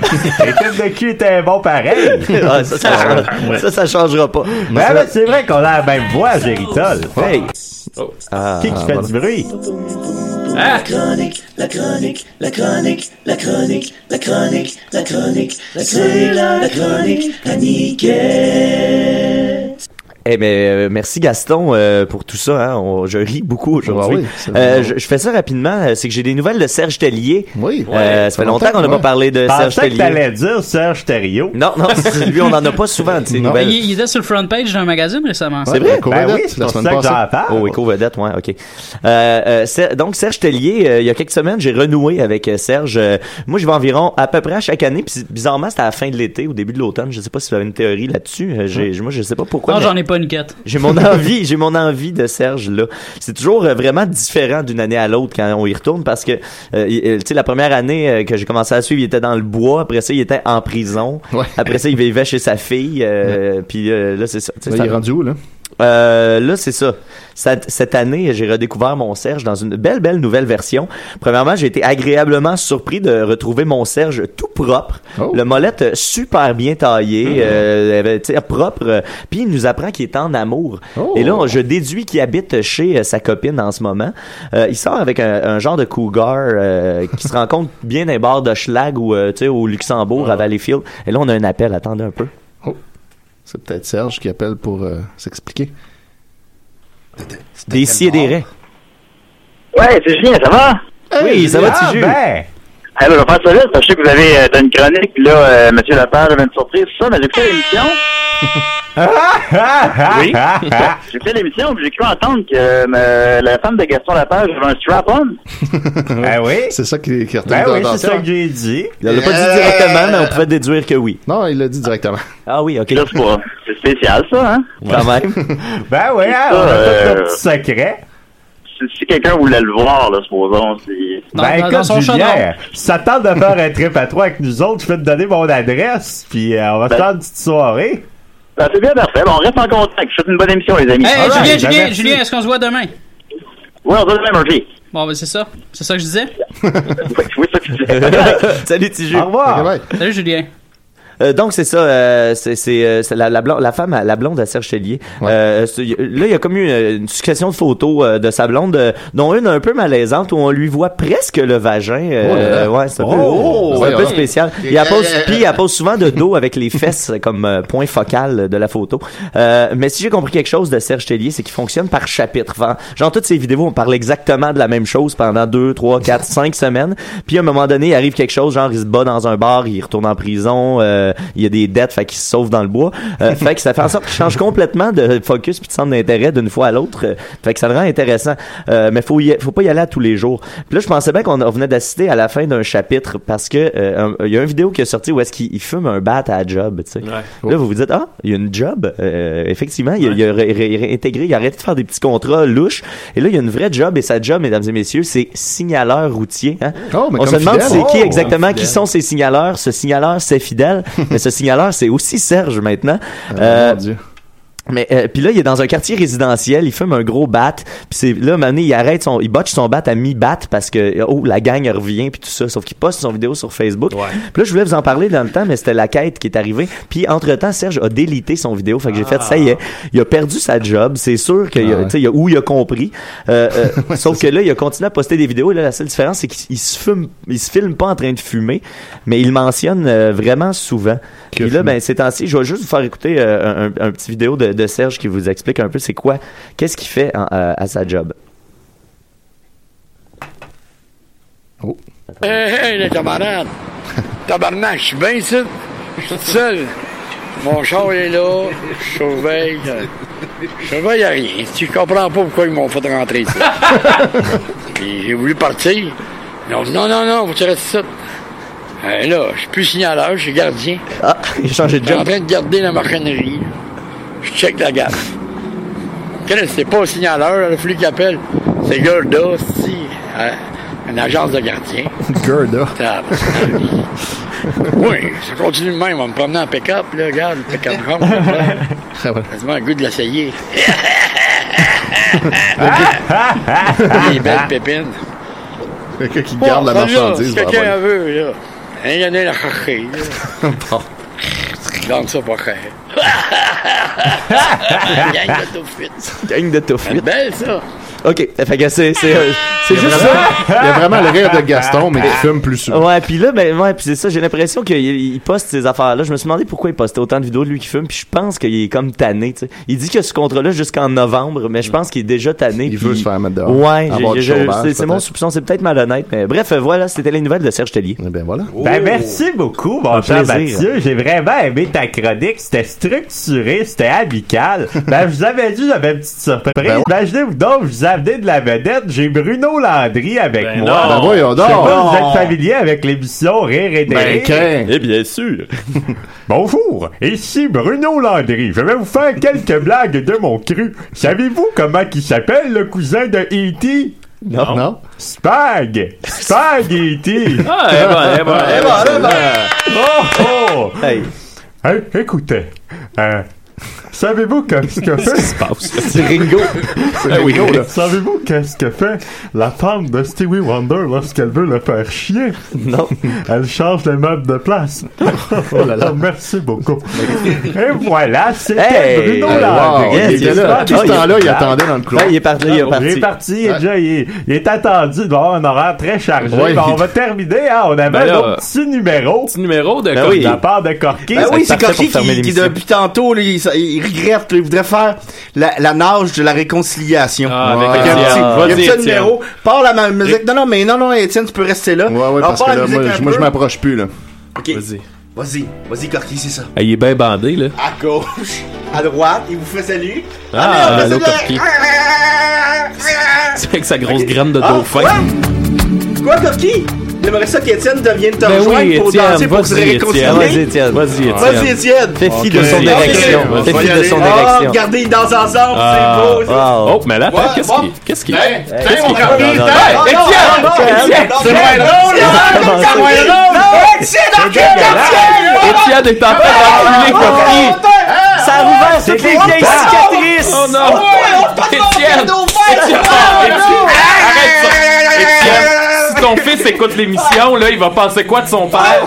C: Les films de cul étaient bons pareil.
F: Ah, ça, ça change- ça, ça changera pas.
C: Ben, ben, c'est vrai qu'on a la même voix, Géritol.
F: Hey.
C: Qui qui fait du bruit?
I: La chronique, la chronique, la chronique, la chronique, la chronique, la chronique, la chronique, la chronique, la
F: Eh mais euh, merci Gaston euh, pour tout ça. hein. On- je ris beaucoup aujourd'hui.
E: Ah oui, c'est
F: Euh,
E: vrai.
F: je, je fais ça rapidement. euh, C'est que j'ai des nouvelles de Serge Tellier.
E: Oui.
F: Euh, ça fait longtemps qu'on n'a pas parlé de Serge
C: Pensais que
F: Tellier.
C: t'allais dire Serge Thériault.
F: Non, non, c'est- lui, on n'en a pas souvent. tu sais,
J: Ben,
F: nouvelles.
J: il, il était sur le front page d'un magazine récemment.
F: C'est vrai?
C: Ben oui, c'est pour ça que j'en parle.
F: Oh, Éco-Vedette, ouais, OK. Euh, euh, Ser- donc, Serge Tellier, euh, il y a quelques semaines, j'ai renoué avec euh, Serge. Euh, moi, je vais environ à peu près à chaque année. Puis, bizarrement, c'était à la fin de l'été, au début de l'automne. Je sais pas si vous avez une théorie là-dessus. Euh, j'ai- moi, je sais pas pourquoi.
J: non,
F: mais-
J: j'en ai pas une quête.
F: j'ai mon envie, j'ai mon envie de Serge là. C'est toujours euh, vraiment différent d'une année à l'autre quand on y retourne parce que euh, il- euh, tu sais la première année euh, que j'ai commencé à suivre, il était dans le bois, après ça il était en prison. Après ça il vivait chez sa fille euh, puis euh, là c'est ça. Tu sais,
E: Là,
F: ça-
E: il est rendu où, là?
F: Euh, là, c'est ça. Cette, cette année, j'ai redécouvert mon Serge dans une belle, belle nouvelle version. Premièrement, j'ai été agréablement surpris de retrouver mon Serge tout propre. Le molette euh, super bien taillé, euh, avait, tu sais, propre. euh, Puis il nous apprend qu'il est en amour.
E: Oh.
F: Et là, on- je déduis qu'il habite chez euh, sa copine en ce moment. Euh, il sort avec un, un genre de cougar euh, qui se rencontre bien dans les bars de Schlag ou euh, tu sais, au Luxembourg,
E: Ah.
F: à Valleyfield. Et là, on a un appel. Attendez un peu.
E: Oh. C'est peut-être Serge qui appelle pour euh, s'expliquer.
F: Des si et des raies.
K: Ouais, c'est Julien, ça va?
F: Oui, ça va,
K: Ah,
F: Tiju?
K: ben. Alors, je vais faire ça vite, parce que je sais que vous avez euh, dans une chronique, puis là, euh, Monsieur Lapage avait une surprise, c'est ça, mais j'ai écouté l'émission. oui. j'ai écouté l'émission, puis j'ai cru entendre que euh, la femme de Gaston Lapage avait un strap-on.
E: Ah oui? C'est ça qui, qui retenait
F: Ben oui,
E: l'attention.
F: c'est ça que
E: j'ai dit.
F: Il l'a pas dit directement, mais on pouvait déduire que oui.
E: Non, il l'a dit directement.
F: Ah oui, ok.
K: C'est spécial, ça, hein?
F: Quand même.
K: ben
C: ouais, hein, on a tout notre petit
K: secret. Si, si quelqu'un voulait le voir, là, supposons, c'est...
C: ben écoute, Julien, si ça te tente de faire un trip à trois avec nous autres, je peux te donner mon adresse, puis euh, on va se faire une petite soirée.
K: Ben, c'est bien parfait. Bon, on reste en contact. Je vous souhaite une bonne émission, les amis.
J: Hey,
K: All
J: Julien,
K: right.
J: Julien,
K: Ben,
J: Julien, est-ce qu'on se voit demain?
K: Ouais, on se voit demain, Murphy.
J: Bon, ben c'est ça. C'est ça que je disais.
F: Salut, Tiju.
J: Au revoir. Salut, Julien.
F: Euh, donc c'est ça, euh, c'est c'est, euh, c'est la, la blonde, la femme, à- la blonde à Serge Tellier. Euh, c'est- y- là, il y a comme eu euh, une, succession de photos euh, de sa blonde, euh, dont une un peu malaisante où on lui voit presque le vagin. euh,
E: Oh là là.
F: ouais, c'est un, peu-
E: Oh!
F: c'est un peu
E: Voyons.
F: spécial.
E: Et
F: Il la pose,
E: elle-
F: puis il la pose souvent de dos avec les fesses comme euh, point focal de la photo. Euh, mais si j'ai compris quelque chose de Serge Tellier, c'est qu'il fonctionne par chapitre. Enfin, genre toutes ses vidéos, on parle exactement de la même chose pendant deux, trois, quatre, cinq semaines. Puis à un moment donné, il arrive quelque chose, genre il se bat dans un bar, il retourne en prison, euh, il y a des dettes, fait qu'il se sauve dans le bois. Euh, fait que ça fait en sorte qu'il change complètement de focus puis de centre d'intérêt d'une fois à l'autre. Euh, Fait que ça le rend intéressant. Euh, mais faut y- faut pas y aller à tous les jours. Puis là, je pensais bien qu'on on venait d'assister à la fin d'un chapitre parce que euh, un- il y a une vidéo qui est sortie où est-ce qu'il il fume un bat à la job. tu sais. Là, vous vous dites ah, il y a une job. Euh, effectivement, il, a- il a ré- ré- réintégré, il a arrêté de faire des petits contrats louches. Et là, il y a une vraie job et sa job, mesdames et messieurs, c'est signaleur routier. hein.
E: Oh, mais
F: On
E: comme
F: se demande
E: fidèle.
F: c'est qui
E: Oh,
F: exactement,
E: comme
F: qui
E: fidèle.
F: sont ces signaleurs. Ce signaleur, c'est fidèle, mais ce signaleur, c'est aussi Serge maintenant. Euh, Mais euh, puis là il est dans un quartier résidentiel, il fume un gros bat, puis c'est là mané il arrête son il botche son bat à mi bat parce que oh la gang elle revient puis tout ça sauf qu'il poste son vidéo sur Facebook. Puis là je voulais vous en parler dans le temps mais c'était la quête qui est arrivée. Puis entre-temps Serge a délité son vidéo, fait que j'ai fait ça y est, il a perdu sa job, c'est sûr que il a-
E: Ah ouais.
F: tu sais, il a- ou il a compris. Euh, euh, sauf que là il a continué à poster des vidéos et là la seule différence c'est qu'il il se fume il se filme pas en train de fumer mais il mentionne euh, vraiment souvent. Puis là ben ces temps-ci, je vais juste vous faire écouter euh, un, un petit vidéo de, de Serge qui vous explique un peu c'est quoi qu'est-ce qu'il fait en- euh, à sa job.
L: Hey, hey, les camarades! Tabarnak, je suis bien ici. Je suis tout seul. Mon char est là, je surveille. Je surveille à rien. Tu comprends pas pourquoi ils m'ont fait rentrer ici. Puis j'ai voulu partir. Ils ont dit non, non, non, vous restez ici. Euh, là, je suis plus signaleur, je suis gardien.
F: Ah, il a changé de
L: Je suis en
F: job.
L: train de garder la machinerie. Je check la gare. Chris, c'est pas un signaleur, le flux qui appelle. C'est Gorda, si, à une agence de gardien.
E: Gerda.
L: oui, ça continue de même. On me promenait en pick-up, là, regarde, le pick-up rond. là. Quasiment un goût de l'essayer. Les belles pépines.
E: Quelqu'un qui garde la marchandise.
L: Si quelqu'un
E: bravo.
L: veut, là, il y en a la chercher, là.
E: Bon.
L: Donne ça pas cher. Gang de tout
F: Gang de touffe.
L: C'est belle, ça.
F: OK, fait que c'est c'est euh, c'est
E: Il y a
F: juste
E: vraiment-
F: ça.
E: il y a vraiment le rire de Gaston, mais qui fume plus souvent.
F: Ouais, puis là ben ouais, puis c'est ça, j'ai l'impression qu'il il poste ces affaires là. Je me suis demandé pourquoi il postait autant de vidéos de lui qui fume, puis je pense qu'il est comme tanné, tu sais. Il dit que ce contrat là jusqu'en novembre, mais je pense qu'il est déjà tanné. Il
E: veut se faire mettre dehors.
F: Ouais,
E: Avoir
F: j'ai-
E: du
F: j'ai-
E: chômage,
F: c'est- c'est mon
E: peut-être.
F: soupçon, c'est peut-être malhonnête, mais bref, euh, voilà, c'était les nouvelles de Serge Tellier.
E: Ben voilà.
C: Ben merci beaucoup, mon
F: Un
C: cher
F: plaisir.
C: Mathieu. J'ai vraiment aimé ta chronique. C'était structuré, c'était amical. Ben, je vous avais dit, j'avais une petite surprise. Imaginez-vous donc, je vous amenez de la vedette. J'ai Bruno Landry avec
D: Ben
C: moi.
D: non. Ben voyons donc.
C: Je sais pas,
D: Non.
C: vous êtes familier avec l'émission Rire et
D: Ben,
C: Délire.
D: Eh bien sûr.
C: Bonjour, ici Bruno Landry. Je vais vous faire quelques blagues de mon cru. Savez-vous comment il s'appelle le cousin de E.T.?
E: Non. non.
C: Spag! Spag E E.T.
D: Ah, eh ben, eh ben, eh ben, eh ben.
C: Oh, oh. Hey, écoutez. euh, Savez-vous qu'est-ce que fait?
D: C'est Ringo.
C: C'est
D: Ah oui.
C: Ringo, là. Savez-vous qu'est-ce que fait la femme de Stevie Wonder lorsqu'elle veut le faire chier?
F: Non.
C: Elle change les meubles de place.
E: Oh là là.
C: Merci beaucoup. Et voilà, c'était
E: Hey!
C: Bruno
E: Hey,
C: Landry.
E: wow, il était là. Tout ce temps-là, il attendait dans le couloir. Ah,
C: Ouais, Ah, Il est parti, il est
E: Ouais.
C: déjà- il est- il est attendu. Il va avoir un horaire très chargé.
D: Ouais.
C: Ben, on va terminer. hein. On avait
D: Ben là,
C: un autre petit numéro. Petit
D: numéro
F: Ben
D: de
C: De la part de Corky.
G: Ben oui, c'est Corky qui, qui, depuis tantôt, là, il, il regrette, là, il voudrait faire la, la nage de la réconciliation.
D: Ah, avec
G: Fait qu'il y a un
D: Étienne.
G: petit- Il y
D: Vas-y,
G: a un petit
D: Étienne.
G: numéro. Parle à ma musique. Non, non, mais non, non, Étienne, tu peux rester là. Ouais,
E: Ouais, parce que là, moi, je- moi, je m'approche plus, là.
G: Ok. Vas-y. Vas-y, vas-y, Corky, c'est ça.
D: Ah, il est bien bandé, là.
G: À gauche, à droite, il vous fait salut.
D: Ah,
G: mais on fait
D: allô,
G: salut.
D: Corky. C'est avec sa grosse graine de
G: Ah,
D: dauphin. Ben
G: Quoi, quoi Corky? J'aimerais ça qu'Étienne devienne te
D: Ben oui,
G: rejoindre pour
D: Étienne,
G: danser, pour se
D: vas-y,
G: réconcilier.
D: Étienne. Vas-y, Étienne. Vas-y, Étienne.
G: Vas-y, Étienne.
D: Fais fi de
G: Ok.
D: son
G: Ok.
D: érection.
G: On
D: Fais
G: va
D: fi
G: y
D: de
G: aller.
D: son
G: Ah,
D: érection.
G: Regardez, ils dansent ensemble,
D: Assim, Ah,
G: c'est beau. ça.
D: Oh, mais là, attends,
G: Ouais,
D: qu'est-ce
G: bon.
D: qu'il. Qu'est-ce qu'il.
G: Ben,
D: qu'est-ce
G: ben, mon
D: qu'il-
G: Corky,
D: Non, non,
G: ben,
D: non.
G: Étienne,
D: Non, non,
G: Étienne,
D: Étienne,
G: non,
D: c'est moins
G: non,
D: drôle,
G: non,
D: Étienne,
G: non,
D: c'est moins
G: Étienne,
D: drôle.
G: non, Étienne,
D: C'est
G: Étienne,
D: dégueulasse.
G: Étienne, Ah,
D: Étienne est en train d'enculer Corky.
F: Ça a rouvert toutes les vieilles
G: ah,
F: cicatrices!
D: Oh non! Étienne! Étienne!
G: ah,
D: Arrête ça! Étienne, si ton fils écoute l'émission, là, il va penser quoi de son père?